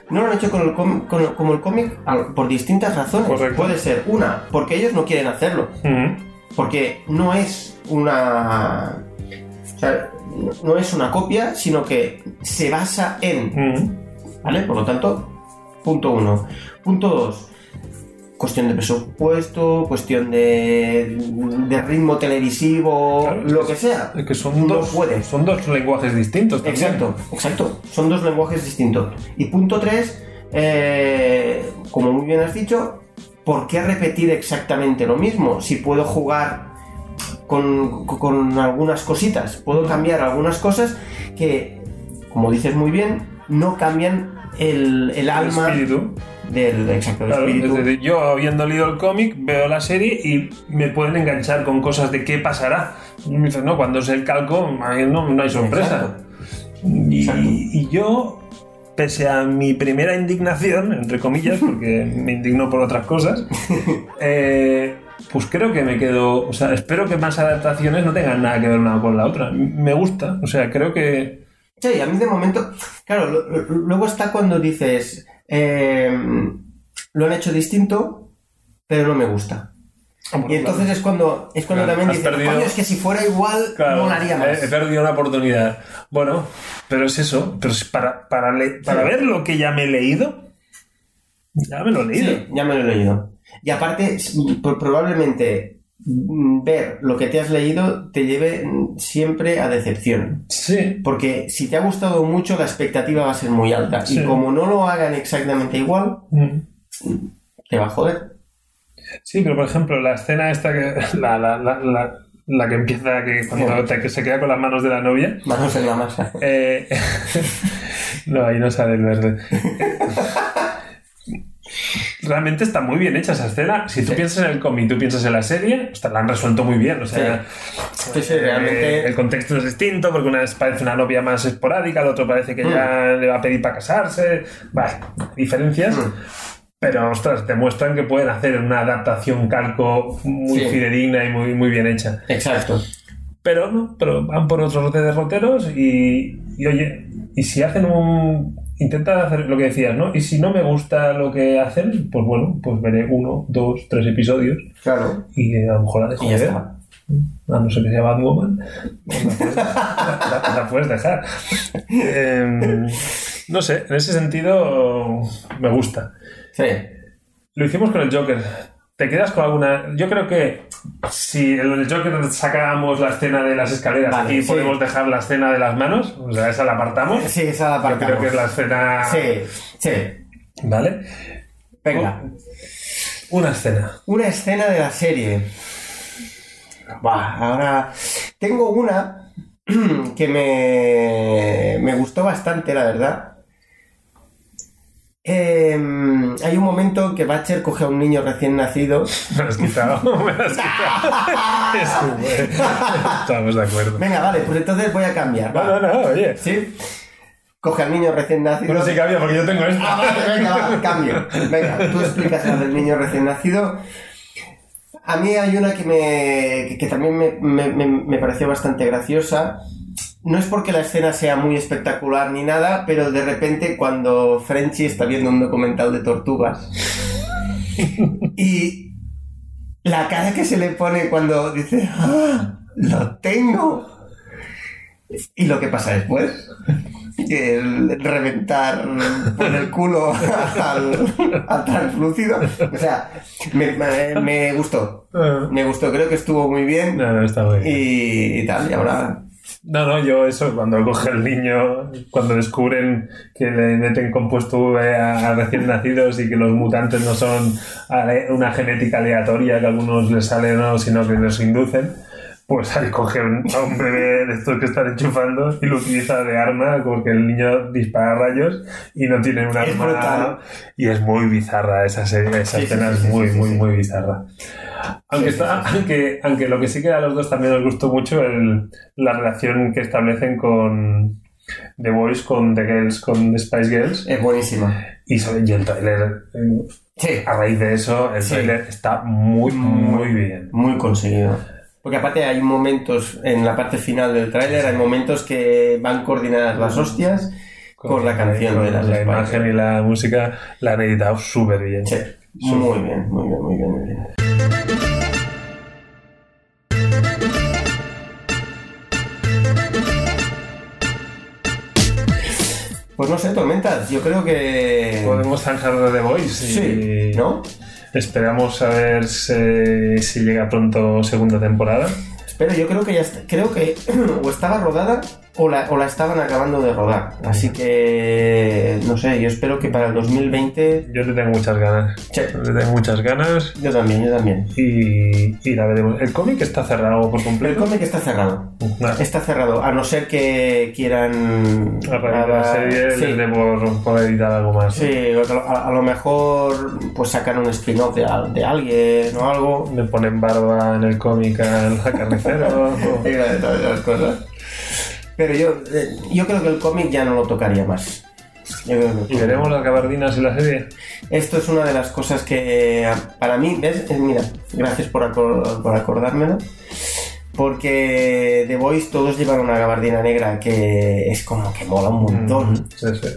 S3: no lo han hecho con el com- con- como el cómic al- por distintas razones.
S2: Correcto.
S3: Puede ser una, porque ellos no quieren hacerlo,
S2: Ujú.
S3: porque no es una... o sea, no- no es una copia, sino que se basa en...
S2: Ujú.
S3: ¿Vale? Por lo tanto, punto uno. Punto dos, cuestión de presupuesto, cuestión de, de ritmo televisivo,
S2: Claro, es
S3: lo
S2: que-
S3: que sea.
S2: Es que son
S3: No
S2: dos,
S3: puedes.
S2: son dos lenguajes distintos. también.
S3: Exacto, exacto. Son dos lenguajes distintos. Y punto tres, eh, como muy bien has dicho, ¿por qué repetir exactamente lo mismo? Si puedo jugar con, con algunas cositas, puedo cambiar algunas cosas que, como dices muy bien, no cambian el, el
S2: El
S3: alma
S2: espíritu.
S3: del exacto del
S2: Claro, es
S3: espíritu.
S2: decir, yo habiendo leído el cómic, veo la serie y me pueden enganchar con cosas de qué pasará. Y me dicen, no, cuando es el calco, no, no hay sorpresa.
S3: Exacto.
S2: Y,
S3: Exacto.
S2: y yo, pese a mi primera indignación, entre comillas,
S3: [LAUGHS]
S2: porque me indignó por otras cosas, eh, pues creo que me quedo. O sea, espero que más adaptaciones no tengan nada que ver una con la otra. Me gusta, o sea, creo que.
S3: Sí, a mí de momento, claro, lo- lo- luego está cuando dices, eh, lo han hecho distinto, pero no me gusta. Y entonces es cuando es cuando
S2: Claro,
S3: también
S2: has
S3: dices,
S2: perdido-
S3: "Coño, es que si fuera igual,
S2: Claro, Eh,
S3: molaría más.
S2: he- He perdido una oportunidad. Bueno, pero es eso. Pero es para, para, le- para ver lo que ya me he leído, ya me lo he leído.
S3: Sí, ya me lo he leído. Y aparte, s- pro- probablemente mm, ver lo que te has leído te lleve mm, siempre a decepción.
S2: Sí.
S3: Porque si te ha gustado mucho, la expectativa va a ser muy alta.
S2: Sí.
S3: Y como no lo hagan exactamente igual,
S2: Mm.
S3: te va a joder.
S2: Sí, pero por ejemplo, la escena esta que. [LAUGHS] La, la, la, la- la que empieza que cuando
S3: Sí.
S2: te- que se queda con las manos de la novia.
S3: Manos en
S2: [LAUGHS]
S3: la masa.
S2: Eh, no, ahí no sale el verde. [LAUGHS] Realmente está muy bien hecha esa escena. Si tú
S3: Sí.
S2: piensas en el cómic, tú piensas en la serie, hostia, la han resuelto muy bien. O sea,
S3: Sí, sí,
S2: Eh,
S3: realmente.
S2: el contexto es distinto, porque una vez parece una novia más esporádica, el otro parece que
S3: Mm.
S2: ya le va a pedir para casarse. Vale, diferencias.
S3: Mm.
S2: Pero, ostras, demuestran que pueden hacer una adaptación calco muy
S3: Sí.
S2: fidedigna y muy, muy bien hecha.
S3: Exacto.
S2: Pero no, pero van por otros derroteros y, y oye, y si hacen un... Intentan hacer lo que decías, ¿no? Y si no me gusta lo que hacen, pues bueno, pues veré uno, dos, tres episodios
S3: Claro.
S2: y eh, a lo mejor la dejo
S3: Y ya
S2: de ver.
S3: está.
S2: A no ser que sea Batwoman, pues la puedes, la- la puedes dejar. Em, no sé, en ese sentido me gusta.
S3: Sí.
S2: Lo hicimos con el Joker. ¿Te quedas con alguna...? Yo creo que si en el Joker sacábamos la escena de las escaleras,
S3: Vale,
S2: aquí
S3: sí.
S2: podemos dejar la escena de las manos, o sea, esa la apartamos.
S3: Sí, esa la
S2: Yo creo que es la escena...
S3: Sí, sí.
S2: ¿Vale?
S3: Venga.
S2: Oh. Una escena.
S3: Una escena de la serie. Buah, ahora tengo una [CLEARS THROAT] que me, me gustó bastante, la verdad. Eh, hay un momento en que Batcher coge a un niño recién nacido.
S2: Me lo has quitado, [LAUGHS] me lo has quitado. Es un- Estamos de acuerdo.
S3: Venga, vale, pues entonces voy a cambiar. va.
S2: No, no, no, oye.
S3: ¿Sí? Coge al niño recién nacido.
S2: Bueno, sí que había, porque yo tengo esto.
S3: Ah, vale, venga, va, cambio. Venga, tú explicas la del niño recién nacido. A mí hay una que, me, que, que también me, me- me- me pareció bastante graciosa. No es porque la escena sea muy espectacular ni nada, pero de repente cuando Frenchy está viendo un documental de tortugas y la cara que se le pone cuando dice, "¡Ah, lo tengo. Y lo que pasa después. el reventar por el culo [LAUGHS] al, al translúcido. O sea, me, me- me gustó.
S2: Ah.
S3: Me gustó, creo que estuvo muy bien
S2: No, no, está muy bien.
S3: y, y tal. Y ahora,
S2: No, no, yo eso, cuando coge el niño, cuando descubren que le meten compuesto V a, a recién nacidos y que los mutantes no son ale- una genética aleatoria que a algunos les sale no, sino que los inducen, pues ahí coge un- a un bebé de estos que están enchufando y lo utiliza de arma porque el niño dispara rayos y no tiene un
S3: Es
S2: arma.
S3: brutal.
S2: Y es muy bizarra esa serie, esa
S3: Sí,
S2: escena
S3: sí,
S2: es
S3: sí,
S2: muy,
S3: sí, sí,
S2: muy,
S3: sí.
S2: muy bizarra. Aunque, está- aunque, aunque lo que sí que a los dos también nos gustó mucho el- la relación que establecen con The Boys, con The Girls, con The Spice Girls.
S3: es buenísima.
S2: Y, sobre- y el trailer,
S3: Sí,
S2: a raíz de eso, el
S3: Sí.
S2: trailer está muy, muy bien.
S3: muy conseguido. Porque aparte hay momentos en la parte final del tráiler, hay momentos que van coordinadas las hostias con, la canción de las
S2: la
S3: Spice
S2: imagen y la música la han editado súper bien.
S3: Sí, muy bien, muy bien, muy bien, muy bien. Pues no sé, tormentas. Yo creo que.
S2: Podemos zanjar The Boys y
S3: Sí, ¿no?
S2: esperamos a ver si, si llega pronto segunda temporada.
S3: Pero yo creo que ya est- creo que [CLEARS THROAT] o estaba rodada o la, o la estaban acabando de rodar. Así que no sé, yo espero que para el 2020.
S2: Yo le tengo muchas ganas.
S3: Sí.
S2: Le tengo muchas ganas.
S3: Yo también, yo también.
S2: y, y la veremos. El cómic está cerrado por
S3: El
S2: completo.
S3: cómic está cerrado.
S2: No.
S3: Está cerrado, a no ser que quieran.
S2: A raíz de la serie
S3: sí,
S2: le por, por editar algo más.
S3: sí, a, a lo mejor pues sacan un spin-off de, al- de alguien o algo.
S2: Le ponen barba en el cómic al [LAUGHS] carnicero. o-
S3: Y la de todas esas cosas. Pero yo, eh, yo creo que el cómic ya no lo tocaría más. Yo creo que el
S2: y veremos las gabardinas y la serie.
S3: Esto es una de las cosas que para mí, ¿ves? Eh, Mira, gracias por, acor- por acordármelo. Porque The Voice todos llevan una gabardina negra que es como que mola un montón.
S2: Mm, Sí, sí.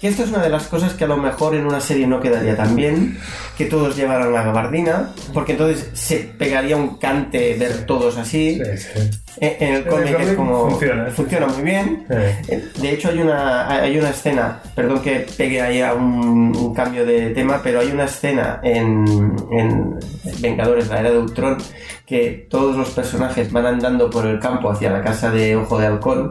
S3: Que esto es una de las cosas que a lo mejor en una serie no quedaría tan bien, que todos llevaran la gabardina, porque entonces se pegaría un cante ver todos así.
S2: Sí, sí.
S3: Eh, En el
S2: el
S3: cómic es
S2: cómic
S3: como...
S2: funciona.
S3: muy bien.
S2: Eh,
S3: Eh, [LAUGHS] De hecho, hay una, hay una escena, perdón que pegue ahí a un, un cambio de tema, pero hay una escena en, en Vengadores, la era de Ultron, que todos los personajes van andando por el campo hacia la casa de Ojo de Halcón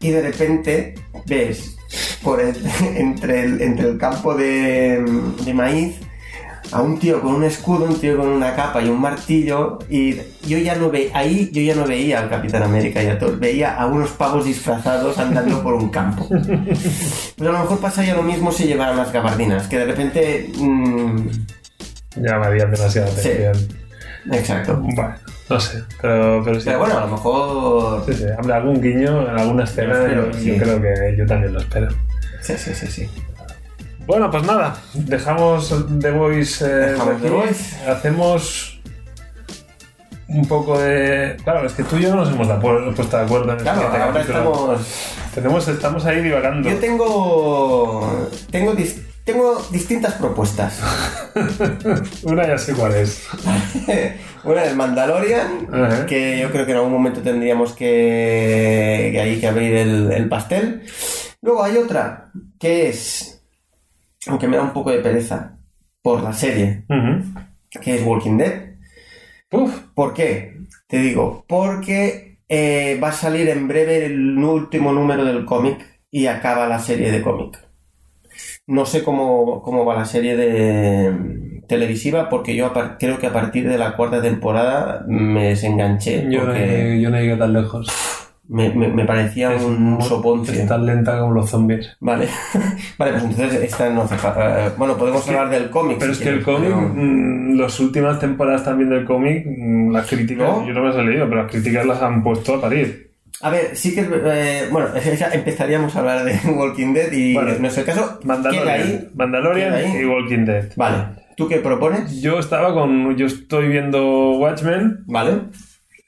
S3: y de repente ves por el- [LAUGHS] entre, el, entre el campo de, de maíz a un tío con un escudo, un tío con una capa y un martillo y yo ya no ve ahí yo ya no veía al Capitán América y a Thor, veía a unos pavos disfrazados andando por un campo. Pues a lo mejor pasaría lo mismo si llevaran las gabardinas, que de repente mm,
S2: ya me habían demasiada
S3: Sí.
S2: atención.
S3: exacto.
S2: Bueno, no sé. Pero, pero sí.
S3: Pero bueno, a lo mejor
S2: Sí, sí. Habrá algún guiño en alguna escena.
S3: Yo espero
S2: yo-
S3: que
S2: yo
S3: sí.
S2: creo que yo también lo espero.
S3: sí, sí, sí, sí.
S2: Bueno, pues nada, dejamos The Voice. eh,
S3: Dejamos
S2: aquí.
S3: The Voice.
S2: Hacemos un poco de. Claro, es que tú y yo no nos hemos da- pu- puesto de acuerdo en el
S3: Claro,
S2: siguiente
S3: ahora
S2: capítulo.
S3: estamos
S2: Tenemos, estamos ahí divagando.
S3: Yo tengo. Tengo, dis- tengo distintas propuestas.
S2: Una ya sé cuál es.
S3: Una es Mandalorian,
S2: Ajá.
S3: que yo creo que en algún momento tendríamos que, que, ahí que abrir el, el pastel. Luego hay otra, que es. Aunque me da un poco de pereza por la serie,
S2: Ujú.
S3: que es Walking Dead.
S2: Uf,
S3: ¿Por qué? Te digo, porque eh, va a salir en breve el último número del cómic y acaba la serie de cómic. No sé cómo, cómo va la serie de mm, televisiva, porque yo a par- creo que a partir de la cuarta temporada me desenganché.
S2: yo, no
S3: porque
S2: he, yo no he ido tan lejos.
S3: me, me- me parecía
S2: Es
S3: un
S2: muy-
S3: soponcio.
S2: Es tan lenta como los zombies.
S3: Vale. [LAUGHS] vale, pues entonces esta no hace falta. Eh, Bueno, podemos hablar del cómic.
S2: Pero
S3: si
S2: es que el
S3: quieres,
S2: cómic,
S3: pero-
S2: mm, las últimas temporadas también del cómic, mm, las críticas,
S3: ¿No?
S2: yo no me las he leído, pero las críticas las han puesto a parir.
S3: A ver, sí que es ver- eh, bueno, [LAUGHS] ya empezaríamos a hablar de [LAUGHS] Walking Dead y
S2: Bueno,
S3: en nuestro caso queda
S2: Mandalorian,
S3: ahí.
S2: Mandalorian
S3: queda ahí.
S2: y Walking Dead.
S3: Vale, ¿tú qué propones?
S2: Yo estaba con. Yo estoy viendo Watchmen.
S3: Vale,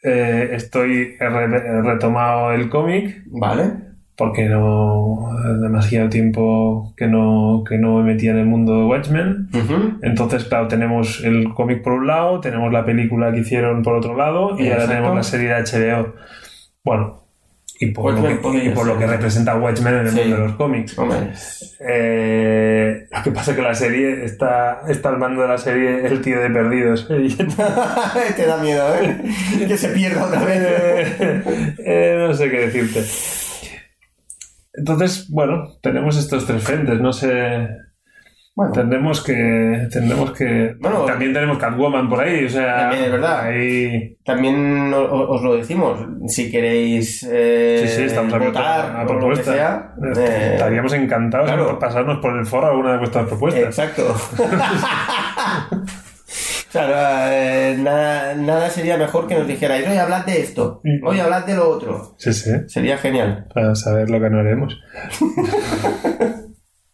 S2: eh, estoy. He, re- he retomado el cómic.
S3: vale,
S2: Porque no. Demasiado tiempo que no, que no me metía en el mundo de Watchmen.
S3: ujú,
S2: Entonces, claro, tenemos el cómic por un lado, tenemos la película que hicieron por otro lado y ahora
S3: Exacto.
S2: tenemos la serie de HBO. Bueno, y por, lo que, y por lo que representa Watchmen en el
S3: Sí.
S2: mundo de los cómics.
S3: Hombre, [LAUGHS]
S2: Eh, lo que pasa es que la serie está, está al mando de la serie el tío de perdidos. [LAUGHS]
S3: te da miedo, ¿eh? Que se pierda otra vez.
S2: Eh, [LAUGHS] eh, no sé qué decirte. Entonces, bueno, tenemos estos tres frentes, no sé.
S3: Bueno.
S2: Tendremos que. Tendremos que.
S3: Bueno,
S2: también tenemos Catwoman por ahí, o sea.
S3: También es verdad.
S2: ahí-
S3: También o- o- os lo decimos, si queréis eh,
S2: sí, sí, estamos abiertos
S3: votar
S2: a
S3: o lo que
S2: propuestas.
S3: sea. eh,
S2: Estaríamos encantados
S3: claro.
S2: de pasarnos por el foro alguna de vuestras propuestas.
S3: Exacto. [LAUGHS] claro, eh, nada, nada sería mejor que nos dijerais, oye, hablad de esto,
S2: Mm.
S3: oye, hablad de lo otro.
S2: Sí, sí.
S3: Sería genial.
S2: Para saber lo que no haremos. [LAUGHS]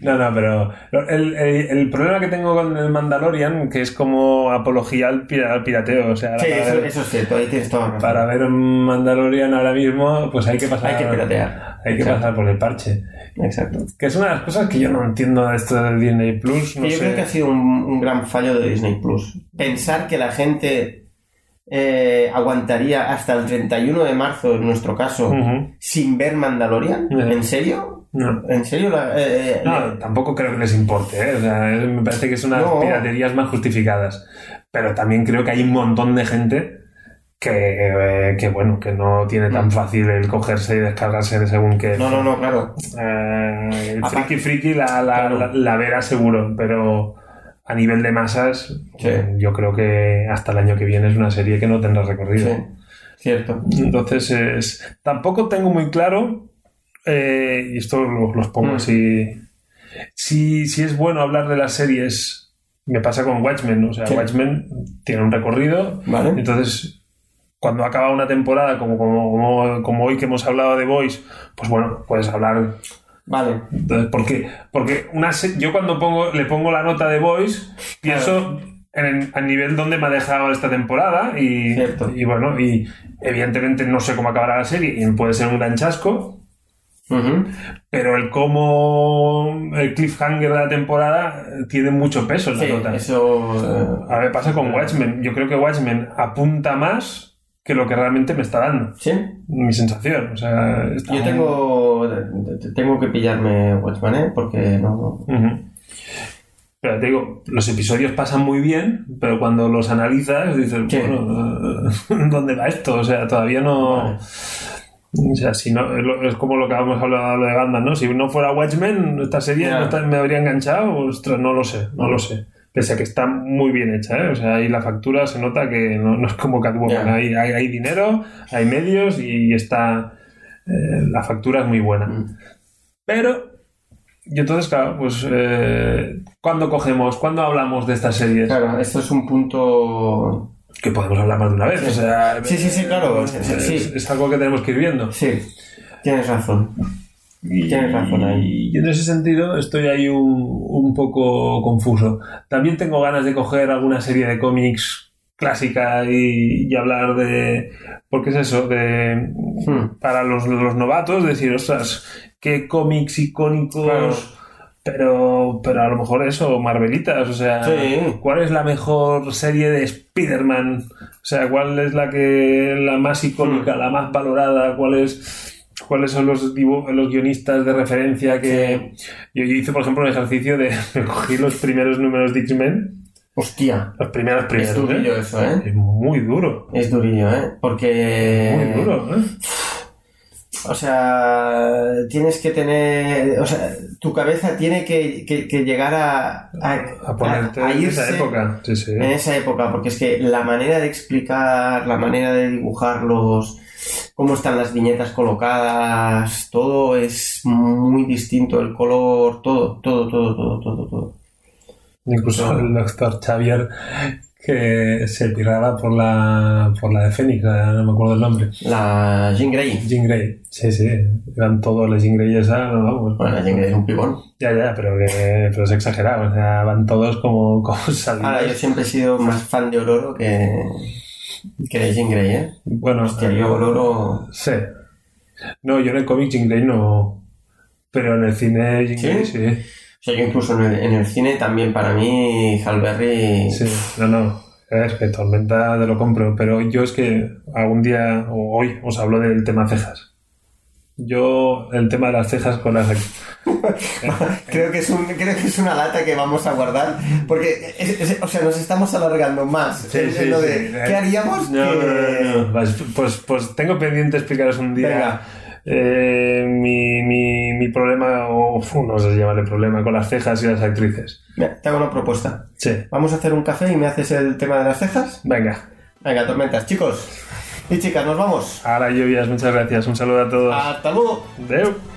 S2: No, no, pero lo- el, el- el problema que tengo con el Mandalorian, que es como apología al, pi- al pirateo, o sea,
S3: Sí,
S2: para,
S3: eso,
S2: ver,
S3: eso es cierto, ahí tienes toda la razón.
S2: para ver un Mandalorian ahora mismo, pues hay que pasar,
S3: Hay que piratear.
S2: hay que
S3: Exacto.
S2: pasar por el parche.
S3: Exacto.
S2: Que es una de las cosas que yo no entiendo de esto de Disney Plus, no
S3: Que yo creo que ha
S2: sé.
S3: sido un, un gran fallo de Disney Plus. Pensar que la gente eh, aguantaría hasta el 31 de marzo, en nuestro caso,
S2: Ujú.
S3: sin ver Mandalorian.
S2: Ya.
S3: ¿En serio?
S2: No.
S3: ¿En serio? La- eh, eh,
S2: No, tampoco creo que les importe, ¿eh? O sea, es- me parece que es una de las
S3: No.
S2: piraterías más justificadas. Pero también creo que hay un montón de gente que, eh, que, bueno, que no tiene tan
S3: Mm.
S2: fácil el cogerse y descargarse de según que...
S3: no, no, no, claro.
S2: Eh, el
S3: Aparte-
S2: friki friki la, la,
S3: Claro.
S2: la- la verá seguro, pero a nivel de masas,
S3: Sí.
S2: yo creo que hasta el año que viene es una serie que no tendrá recorrido.
S3: Sí, cierto.
S2: Entonces, es- tampoco tengo muy claro, eh, y esto lo- los, pongo
S3: Mm.
S2: así, si, si es bueno hablar de las series, me pasa con Watchmen, o sea,
S3: Sí.
S2: Watchmen tiene un recorrido,
S3: Vale.
S2: entonces, cuando acaba una temporada, como, como, como, como hoy que hemos hablado de Boys, pues bueno, puedes hablar...
S3: Vale.
S2: Entonces, ¿por qué? Porque una se- yo cuando pongo, le pongo la nota de Boys, pienso en el al nivel donde me ha dejado esta temporada y,
S3: Cierto.
S2: y bueno, y evidentemente no sé cómo acabará la serie y puede ser un gran chasco,
S3: Ujú.
S2: pero el cómo el cliffhanger de la temporada eh, tiene mucho peso en la
S3: Sí,
S2: nota.
S3: eso. eh,
S2: Ahora me pasa con Watchmen. Yo creo que Watchmen apunta más que lo que realmente me está dando.
S3: Sí.
S2: Mi sensación. O sea, está
S3: Yo
S2: muy-
S3: tengo. Tengo que pillarme Watchman, ¿eh? Porque no.
S2: Ujú. Pero te digo, los episodios pasan muy bien, pero cuando los analizas dices,
S3: Sí.
S2: bueno, eh, [LAUGHS] ¿dónde va esto? O sea, todavía no...
S3: Vale.
S2: O sea, si no, es lo- es como lo que habíamos hablado de bandas, ¿no? Si no fuera Watchmen, esta serie
S3: Ya.
S2: no está- me habría enganchado, ostras, no lo sé, no lo sé. Pese a que está muy bien hecha, ¿eh? O sea, ahí la factura se nota que no, no es como Catwoman.
S3: Ya.
S2: Hay, hay, hay dinero, hay medios y está... eh, la factura es muy buena.
S3: Mm.
S2: Pero, y entonces, claro, pues, eh, ¿cuándo cogemos, cuándo hablamos de estas series?
S3: Claro, esto es un punto.
S2: Que podemos hablar más de una vez, o sea... eh,
S3: Sí, sí, sí, claro, sí, sí,
S2: Es,
S3: sí.
S2: es algo que tenemos que ir viendo.
S3: Sí, tienes razón. Tienes razón ahí.
S2: Y en ese sentido estoy ahí un, un poco confuso. También tengo ganas de coger alguna serie de cómics clásica y, y hablar de... Porque es eso, de...
S3: Hmm.
S2: Para los, los novatos, decir, ostras, qué cómics icónicos...
S3: Claro.
S2: Pero, pero a lo mejor eso, Marvelitas, o sea,
S3: Sí.
S2: ¿cuál es la mejor serie de Spider-Man? O sea, ¿cuál es la que la más
S3: Hmm.
S2: icónica, la más valorada? ¿Cuál es, ¿Cuáles son los, dibu- los guionistas de referencia que... Yo, yo hice, por ejemplo, un ejercicio de... [LAUGHS] me cogí los primeros números de X-Men,
S3: Hostia,
S2: los primeros
S3: es
S2: primeros,
S3: durillo
S2: ¿eh?
S3: eso, ¿eh?
S2: Es muy duro,
S3: Es durillo, ¿eh? Porque...
S2: muy duro, ¿eh?
S3: O sea, tienes que tener... O sea, tu cabeza tiene que, que- que llegar a... A,
S2: A ponerte
S3: a- a
S2: en
S3: irse eh,
S2: esa época. Sí, sí.
S3: En esa época, porque es que la manera de explicar, la manera de dibujarlos, cómo están las viñetas colocadas, todo es muy distinto, el color, todo, todo, todo, todo, todo, todo.
S2: Incluso
S3: Claro.
S2: el doctor Xavier que se piraba por la, por la de Fénix, la- no me acuerdo el nombre.
S3: La Jean Grey.
S2: Jean Grey, sí, sí, eran todos los Jean Grey esa, no, vamos.
S3: Bueno, la Jean Grey es un pibón.
S2: Ya, ya, pero, que, pero es exagerado, o sea, van todos como, [LAUGHS] como salidos.
S3: Ahora, yo siempre he sido más fan de Ororo que, que de Jean Grey, ¿eh?
S2: Bueno,
S3: Hostia, yo Ororo...
S2: sí. No, yo en el cómic Jean Grey no, pero en el cine Jean
S3: ¿Sí?
S2: Grey sí.
S3: O sea, yo incluso en el, en el cine también para mí Halberry...
S2: Sí, no, no. Es que Tormenta te lo compro, pero yo es que algún día o hoy os hablo del tema cejas. Yo, el tema de las cejas con las.
S3: creo, que es un, creo que es una lata que vamos a guardar. Porque, es- es- o sea, nos estamos alargando más.
S2: Sí,
S3: en- en
S2: sí,
S3: lo
S2: sí.
S3: de, ¿Qué haríamos?
S2: No,
S3: que-
S2: no, no, no, no. Pues, pues, pues tengo pendiente explicaros un día
S3: Venga.
S2: eh, mi, mi- mi problema, o uf, no sé si llamarle problema, con las cejas y las actrices.
S3: Mira, te hago una propuesta.
S2: Sí.
S3: Vamos a hacer un café y me haces el tema de las cejas.
S2: Venga,
S3: Venga, tormentas, chicos y chicas, nos vamos. Ah.
S2: a las lluvias, muchas gracias. Un saludo a todos.
S3: Hasta luego.
S2: Adeu.